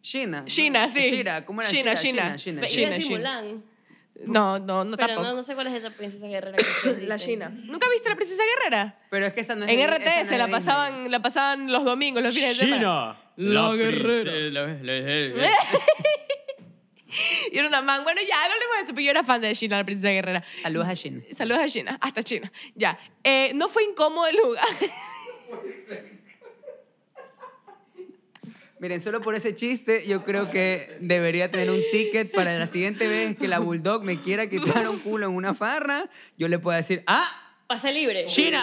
A: China.
B: China, sí.
A: Shira, ¿cómo era?
B: Shina, Shina.
A: Shira, Shina, Shina,
C: Ve-
A: Shina.
C: iba a decir
B: China.
C: Mulan,
B: No, no, no
C: pero
B: tampoco.
C: no, no sé cuál es esa princesa guerrera que ustedes
B: la
C: dicen.
B: China. ¿Nunca viste la princesa guerrera?
A: Pero es que esa no es de-
B: En
A: esa no es
B: RTS
A: de
B: la
A: Disney.
B: pasaban, la pasaban los domingos, los fines de semana.
A: la guerrera.
B: Y era una man. Bueno, ya no le voy a decir, pero yo era fan de China, la princesa guerrera.
A: Saludos a Shin.
B: Saludos a China, hasta China. Ya. Eh, no fue incómodo el lugar.
A: Miren, solo por ese chiste, yo creo que debería tener un ticket para la siguiente vez que la Bulldog me quiera quitar un culo en una farra. Yo le puedo decir, ¡Ah!
C: Pase libre.
A: ¡Shira!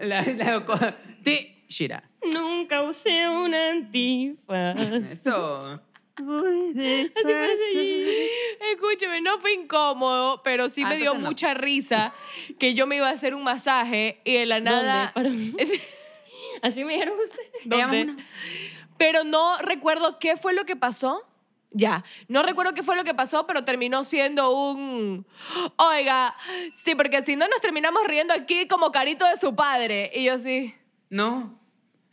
A: La, la- co- ti, Shira.
C: Nunca usé un antifaz.
A: Eso.
C: Así parece.
B: Escúcheme, no fue incómodo, pero sí
A: Ah,
B: me dio
A: entonces no.
B: mucha risa que yo me iba a hacer un masaje y de la nada.
C: Así me dijeron ustedes.
B: ¿Dónde?
A: Veamos
B: Pero no recuerdo qué fue lo que pasó. Ya, no recuerdo qué fue lo que pasó, pero terminó siendo un... Oiga, sí, porque si no nos terminamos riendo aquí como carito de su padre. Y yo sí...
A: No.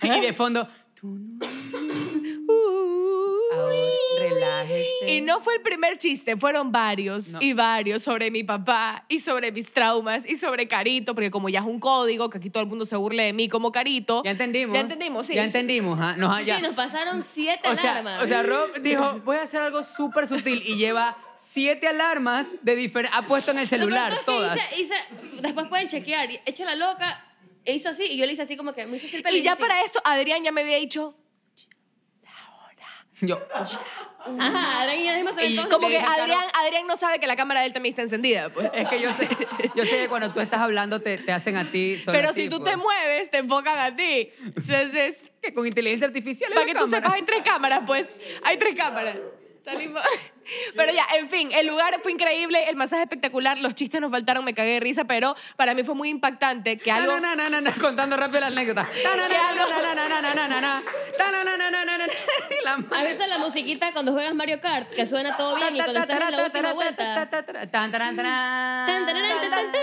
A: Y de fondo. tú no-
B: "Uh".
A: Ahora, relájese.
B: Y no fue el primer chiste, fueron varios
A: No.
B: y varios sobre mi papá y sobre mis traumas y sobre Carito, porque como ya es un código, que aquí todo el mundo se burle de mí como Carito.
A: Ya entendimos.
B: Ya entendimos, sí.
A: Ya entendimos, ¿ah? Nos, ah, ya.
C: Sí, nos pasaron siete
A: O sea,
C: alarmas.
A: o sea, Rob dijo, voy a hacer algo súper sutil y lleva siete alarmas de difer- ha puesto en el
C: Lo peor
A: celular
C: todo es que
A: todas.
C: hice- hice- después pueden chequear. y Echa la loca. E hizo así y yo le hice así como que me hice así el pelo.
B: y ya
C: hice
B: para
C: así.
B: eso, Adrián ya me había dicho,
A: Yo,
C: Ajá, Adrián y yo mismos se ven
A: Y
C: todos
B: como
A: Le
B: que
A: dije a Caro-
B: Adrián, Adrián no sabe que la cámara de él también está encendida. pues.
A: es que yo sé, yo sé que cuando tú estás hablando te, te hacen a ti solo
B: Pero
A: a ti,
B: si tú
A: pues.
B: te mueves, te enfocan a ti. Entonces,
A: Que con inteligencia artificial es
B: para
A: la
B: que tú
A: cámara.
B: sepas, hay tres cámaras, pues. Hay tres cámaras. Salimos. Pero ya, en fin, el lugar fue increíble, el masaje espectacular, los chistes nos faltaron, me cagué de risa, pero para mí fue muy impactante que algo...
A: Na, na, na, na, na, contando rápido la anécdota. Ta, na, na,
B: Que algo-
A: na, na, na, na, na, na, na. Ta, na, na, na, na, na, na, na. La
C: A
A: madre.
C: veces la musiquita cuando juegas Mario Kart, que suena todo bien, y
A: Ta,
C: cuando
A: ta,
C: estás en la
A: ta,
C: última
A: ta,
C: vuelta.
A: ta, ta, ta, ta, tan, taran, taran.
C: tan, tararán, tan, tan, tan,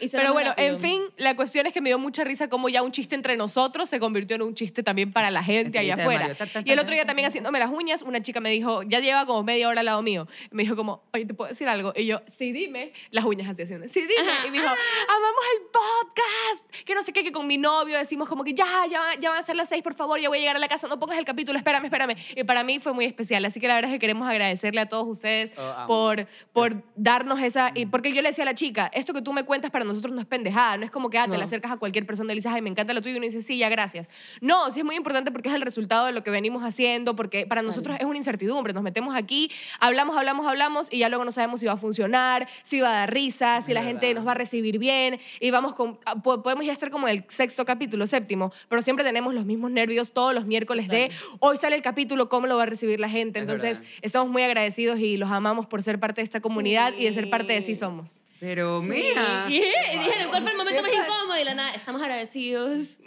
C: y suena
B: Pero
C: más
B: bueno,
C: rápido.
B: en fin, la cuestión es que me dio mucha risa como ya un chiste entre nosotros se convirtió en un chiste también para la gente
A: Entre
B: allá
A: Rita y
B: afuera.
A: Mario. Ta, ta,
B: Y el
A: ta,
B: otro día
A: ta,
B: también haciéndome las uñas, una chica me dijo, ya lleva como media hora al lado mío. Me dijo como, oye, ¿te puedo decir algo? Y yo, sí, dime. Las uñas así haciendo, sí, dime. Y me dijo, amamos el podcast. Que no sé qué, que con mi novio decimos como que ya, ya, van- ya van a ser las seis, por favor, ya voy a llegar a la casa, no pongas el capítulo, espérame, espérame. Y para mí fue muy especial. Así que la verdad es que queremos agradecerle a todos ustedes
A: Oh, amo. Mm.
B: por por, por darnos esa. Y porque yo le decía a la chica, esto que tú me cuentas para nosotros no es pendejada, no es como que ah, te la acercas a cualquier persona y le dices, ay, me encanta lo tuyo, y uno dice, sí, ya, gracias. No, sí es muy importante porque es el resultado de lo que venimos haciendo, porque para nosotros es una incertidumbre. Nos metemos aquí, hablamos, hablamos, hablamos, y ya luego no sabemos si va a funcionar, si va a dar risa, si la gente nos va a recibir bien, y vamos con. ah, po- Podemos ya estar como en el sexto capítulo, séptimo, pero siempre tenemos los mismos nervios todos los miércoles de hoy sale el capítulo, cómo lo va a recibir la gente.
A: Es
B: Entonces,
A: verdad.
B: Estamos muy agradecidos y los amamos por ser parte de esta comunidad y de ser parte de Sí Somos.
A: Pero mira.
C: Y y dijeron, ¿cuál fue el momento más incómodo? Y la nada, estamos agradecidos.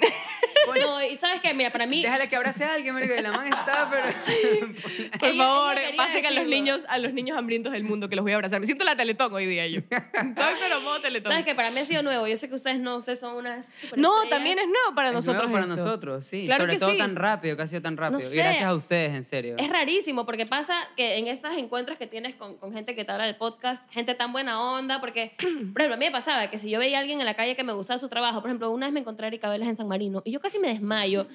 C: No, y sabes qué, mira, para mí...
A: Déjale que abrace a alguien, marico, y la man está, pero...
B: Por
C: Ella-
B: favor,
C: ella quería
B: pase que a los
C: decirlo.
B: niños, a los niños hambrientos del mundo que los voy a abrazar. Me siento la Teletón hoy día yo. Estoy pero modo Teletón.
C: ¿Sabes qué? Para mí ha sido nuevo. Yo sé que ustedes no, ustedes son unas
B: No,
C: superestrellas.
B: también es nuevo para
A: Es
B: nosotros
A: nuevo para
B: esto.
A: nosotros, sí.
B: Claro
A: Sobre
B: que
A: todo
B: sí.
A: tan rápido, que ha sido tan rápido.
C: sé.
A: Y gracias a ustedes, en serio.
C: Es rarísimo porque pasa que en estos encuentros que tienes con, con gente que te habla del podcast, gente tan buena onda, porque, por ejemplo, a mí me pasaba que si yo veía a alguien en la calle que me gustaba su trabajo, por ejemplo, una vez me encontré a Erika Vélez en San Marino y yo casi me desmayo.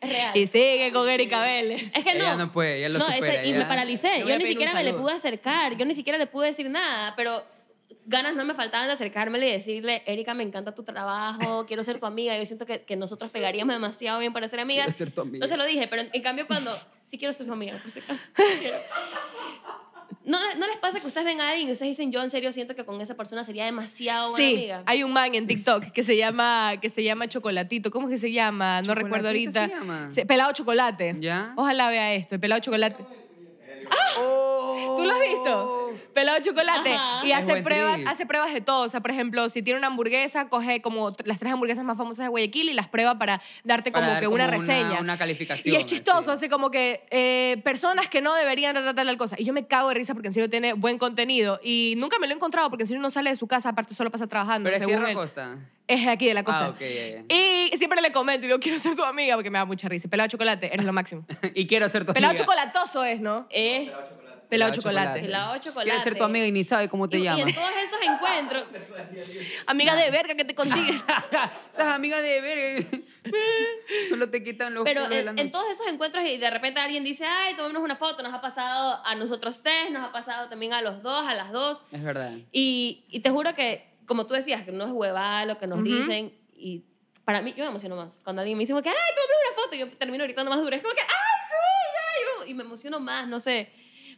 C: Es real.
B: Y sigue con Erika Vélez.
C: Es que no.
A: Ella no puede, ella lo supera,
C: ese- y
A: ella-
C: me paralicé.
B: Yo
C: Yo,
B: voy a
C: ni
B: pedir un
C: siquiera me le
B: saludo.
C: pude acercar. Yo ni siquiera le pude decir nada, pero ganas no me faltaban de acercármele y decirle, Erika, me encanta tu trabajo, quiero ser tu amiga. Yo siento que, que nosotros pegaríamos demasiado bien para ser amigas.
A: Quiero ser tu amiga.
C: No se lo dije, pero en, en cambio cuando... Sí quiero ser su amiga, por si acaso. Quiero. ¿No, ¿No les pasa que ustedes ven a alguien y ustedes dicen, yo en serio siento que con esa persona sería demasiado buena
B: Sí,
C: amiga?
B: hay un man en TikTok que se llama que se llama Chocolatito. ¿Cómo es que se llama? No recuerdo
A: ¿Chocolatito
B: ahorita.
A: se llama?
B: Se- Pelado Chocolate.
A: Ya.
B: Ojalá vea esto, el Pelado Chocolate. ¿Tú lo has visto? Pelado chocolate.
C: Ajá.
B: Y
A: Es
B: hace
A: buen
B: pruebas,
A: trip.
B: hace pruebas de todo. O sea, por ejemplo, si tiene una hamburguesa, coge como tr- las tres hamburguesas más famosas de Guayaquil y las prueba para darte
A: Para
B: como
A: dar
B: que una
A: como una-
B: reseña.
A: una calificación,
B: Y es chistoso,
A: así.
B: hace como que eh, personas que no deberían tratar tal cosa. Y yo me cago de risa porque en serio tiene buen contenido. Y nunca me lo he encontrado porque en serio no sale de su casa, aparte solo pasa trabajando.
A: Pero es
B: según
A: Sierra
B: él.
A: Costa.
B: Es de aquí de la costa.
A: Ah, ok, ya,
B: Y siempre le comento y digo, quiero ser tu amiga porque me da mucha risa. Pelado chocolate, eres lo máximo.
A: y quiero ser tu
B: Pelado
A: amiga.
B: chocolatoso es, ¿no?
C: Eh,
D: Pelado chocolate.
B: Pelado chocolate.
C: Pelado chocolate.
A: Quiere ser tu amiga y ni sabe cómo te
C: y, y
A: llamas.
C: en todos esos encuentros,
B: Amiga de verga que te consigues.
A: Esas amigas de verga. Solo te quitan los
C: pero eh,
A: culos de
C: en,
A: la
C: en
A: noche.
C: todos esos encuentros y de repente alguien dice, ay, tomémonos una foto, nos ha pasado a nosotros tres, nos ha pasado también a los dos, a las dos.
A: Es verdad.
C: Y, y te juro que, como tú decías, que no es huevada lo que nos dicen. Y para mí, yo me emociono más. Cuando alguien me dice, como que, ay, tomémonos una foto, yo termino gritando más duro. Es como que, ay, sí, ay", yo- y me emociono más, no sé.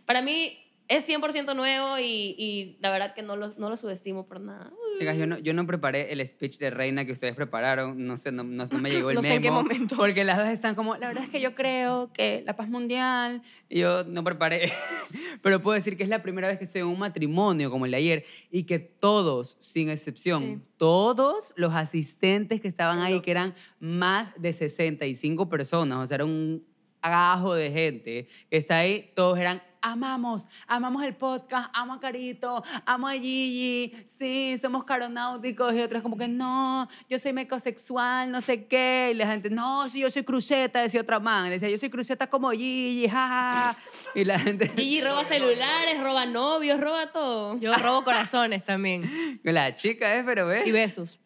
C: Para mí es 100% nuevo y, y la verdad que no lo, no lo subestimo por nada.
A: Chicas, yo no, yo no preparé el speech de Reina que ustedes prepararon. No sé, no, no- no me llegó el
B: No sé en qué
A: memo,
B: momento.
A: Porque las dos están como, la verdad es que yo creo que la paz mundial. Y yo no preparé. Pero puedo decir que es la primera vez que estoy en un matrimonio como el de ayer y que todos, sin excepción, todos los asistentes que estaban ahí, que eran más de 65 personas, o sea, era un agajo de gente que está ahí, todos eran amamos, amamos el podcast, amo a Carito, amo a Gigi, sí, somos caronáuticos y otros como que no, yo soy mecosexual, no sé qué, y la gente, no, sí, yo soy cruceta, decía otra man, decía, yo soy cruceta como Gigi, jajaja, y la gente,
C: Gigi roba celulares, roba novios, roba todo.
B: Yo robo corazones también.
A: la chica es, pero
B: Y
A: ves,
B: besos.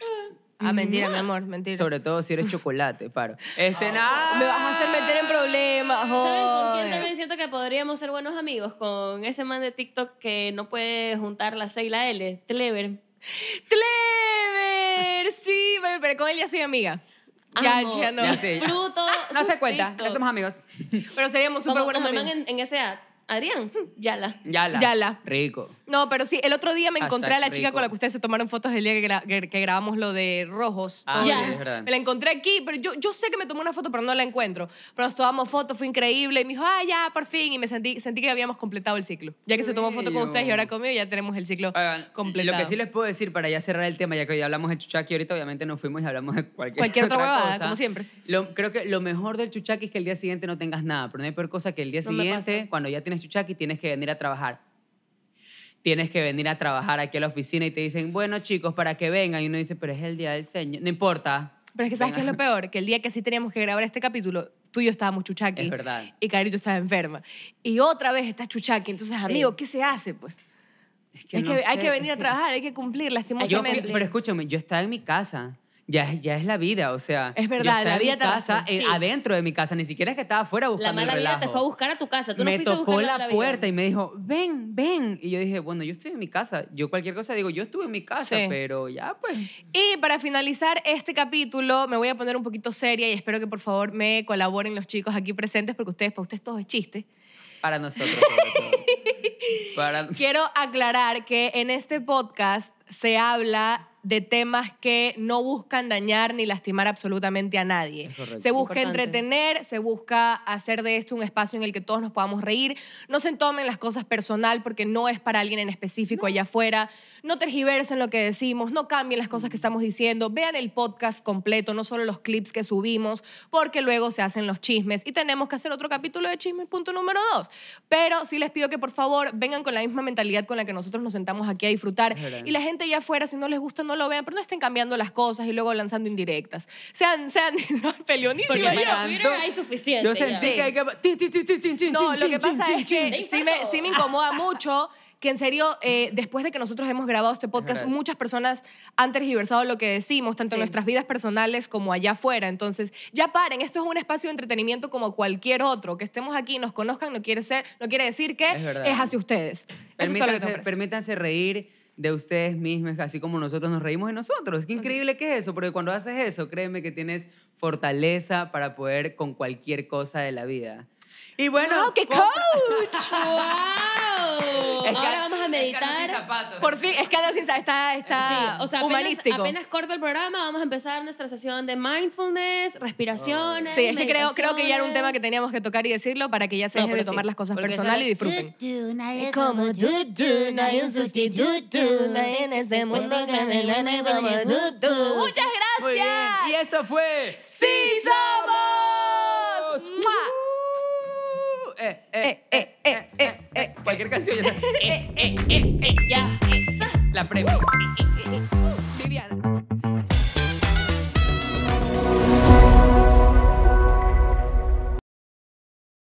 B: Ah, mentira, mi amor, mentira.
A: sobre todo si eres chocolate, paro, este, nada,
B: Ah. Me vas a hacer meter en problemas.
C: ¿Saben con quién
B: joder.
C: también siento que podríamos ser buenos amigos? Con ese man de TikTok que no puede juntar la C y la L, Clever.
B: Clever, sí, pero- pero con él ya soy amiga. Ya,
C: Amo,
B: ya no.
A: ya sé.
C: Disfruto.
A: no se
C: sus
A: cuenta, no
C: TikToks.
A: somos amigos,
B: Pero seríamos súper
C: Como,
B: buenos
C: como el man
B: amigos.
C: en, en esa edad. Adrián, hmm, yala.
A: yala,
B: Yala.
A: rico,
B: No, pero sí, el otro día me
A: Hashtag
B: encontré a la chica
A: rico.
B: con la que ustedes se tomaron fotos el día que, gra- que- que grabamos lo de rojos.
A: Ah,
B: todo.
C: sí, es
A: verdad.
B: Me la encontré aquí, pero yo, yo sé que me tomó una foto, pero no la encuentro. Pero nos tomamos fotos, fue increíble. Y me dijo, ah, ya, por fin. Y me sentí, sentí que habíamos completado el ciclo. Ya que se tomó foto con
A: Bello.
B: ustedes y ahora conmigo, ya tenemos el ciclo
A: Oigan,
B: completado.
A: Lo que sí les puedo decir para ya cerrar el tema, ya que hoy hablamos del chuchaqui, ahorita obviamente nos fuimos y hablamos de cualquier,
B: Cualquier otra huevada,
A: cosa.
B: como siempre.
A: Lo- creo que lo mejor del chuchaqui es que el día siguiente no tengas nada, pero no hay peor cosa que el día
C: No me
A: siguiente,
C: pasa.
A: cuando ya tienes chuchaqui, tienes que venir a trabajar. Tienes que venir a trabajar aquí a la oficina y te dicen, bueno chicos, para que vengan. Y uno dice, pero es el día del Señor. No importa.
B: Pero es que sabes qué es
A: Vengan.
B: lo peor, que el día que sí teníamos que grabar este capítulo, tú y yo estábamos chuchaqui.
A: Es verdad.
B: Y Carito estaba enferma. Y otra vez está chuchaqui. Entonces, amigo, ¿qué se hace? Pues
A: Es
B: hay,
A: no
B: que, hay
A: sé,
B: que
A: es
B: venir a trabajar, hay que cumplir,
A: Yo fui-
B: lastimosamente.
A: pero escúchame, yo estaba en mi casa. Ya, es- ya es la vida, o sea.
B: Es
A: yo
B: verdad,
A: estaba
B: la
A: en
B: vida
A: mi
B: te
A: casa,
B: arrastró,
A: eh,
B: sí.
A: adentro de mi casa, ni siquiera es que estaba afuera
C: La
A: buscando el
C: mala vida te
A: relajo.
C: fue a buscar a tu casa. Tú no
A: me
C: fuiste a
A: tocó
C: buscarla a
A: la,
C: la vida.
A: puerta y me dijo, ven, ven. Y yo dije, bueno, yo estoy en mi casa. Yo cualquier cosa digo, yo estuve en mi casa,
B: Sí.
A: pero ya pues.
B: Y para finalizar este capítulo, me voy a poner un poquito seria y espero que por favor me colaboren los chicos aquí presentes, porque ustedes, para ustedes todo es chiste.
A: Para nosotros, sobre todo. Para...
B: Quiero aclarar que en este podcast se habla de temas que no buscan dañar ni lastimar absolutamente a nadie.
A: Es correcto.
B: Se busca
C: Importante.
B: entretener, se busca hacer de esto un espacio en el que todos nos podamos reír. No se tomen las cosas personal porque no es para alguien en específico allá afuera. No tergiversen lo que decimos, no cambien las cosas que
A: Mm.
B: estamos diciendo. Vean el podcast completo, no solo los clips que subimos, porque luego se hacen los chismes y tenemos que hacer otro capítulo de chismes punto número dos. Pero sí les pido que por favor vengan con la misma mentalidad con la que nosotros nos sentamos aquí a disfrutar
A: Es verdad.
B: y la gente allá afuera, si no les gusta, no lo vean, pero no estén cambiando las cosas y luego lanzando indirectas. Sean, sean peleonísimos.
C: Porque
A: me
C: para
A: encantó.
C: Twitter hay suficiente
A: Yo sentí
C: ya.
A: que hay que... tin, tin, tin, tin, tin, tin,
B: No,
A: tin,
B: lo que
A: tin,
B: pasa
A: tin,
B: es
A: tin,
B: que
A: tin.
B: sí me, sí me incomoda mucho que en serio, eh, después de que nosotros hemos grabado este podcast,
A: verdad.
B: muchas personas han tergiversado lo que decimos, tanto en nuestras vidas personales como allá afuera. Entonces, ya paren, esto es un espacio de entretenimiento como cualquier otro. Que estemos aquí, nos conozcan, no quiere, ser, no quiere decir que
A: Es
B: es,
A: verdad.
B: hacia ustedes. Eso es todo lo que tengo
A: Permítanse,
B: para decir.
A: permítanse reír de ustedes mismos, así como nosotros nos reímos de nosotros. Qué increíble que es eso, porque cuando haces eso, créeme que tienes fortaleza para poder con cualquier cosa de la vida. Y bueno,
B: ¡Wow, qué
A: compra-
B: coach!
C: ¡Wow!
A: Es que-
C: Ahora vamos a
A: es que ando sin
C: meditar.
A: zapatos.
B: Por fin, es que anda sin está,
C: Sí,
B: está
C: o sea, apenas,
B: humanístico.
C: apenas corto el programa, vamos a empezar nuestra sesión de mindfulness, respiraciones.
B: sí, es que creo, creo que ya era un tema que
C: meditaciones.
B: teníamos que tocar y decirlo para que ya se
C: No,
B: deje de
C: pero sí.
B: tomar las cosas
A: Porque eso
B: personal
A: era-
B: y disfruten.
F: como dudu, no hay un sustituto en este mundo que me lane como dudu.
B: Muchas
A: Muy bien.
B: gracias.
A: Y esto fue.
B: ¡Sí somos!
A: ¡Mua! Eh, eh,
B: eh, eh, eh, eh.
A: Cualquier canción ya sabes. Eh, eh, eh, eh.
B: Ya.
A: La premio.
B: Viviana.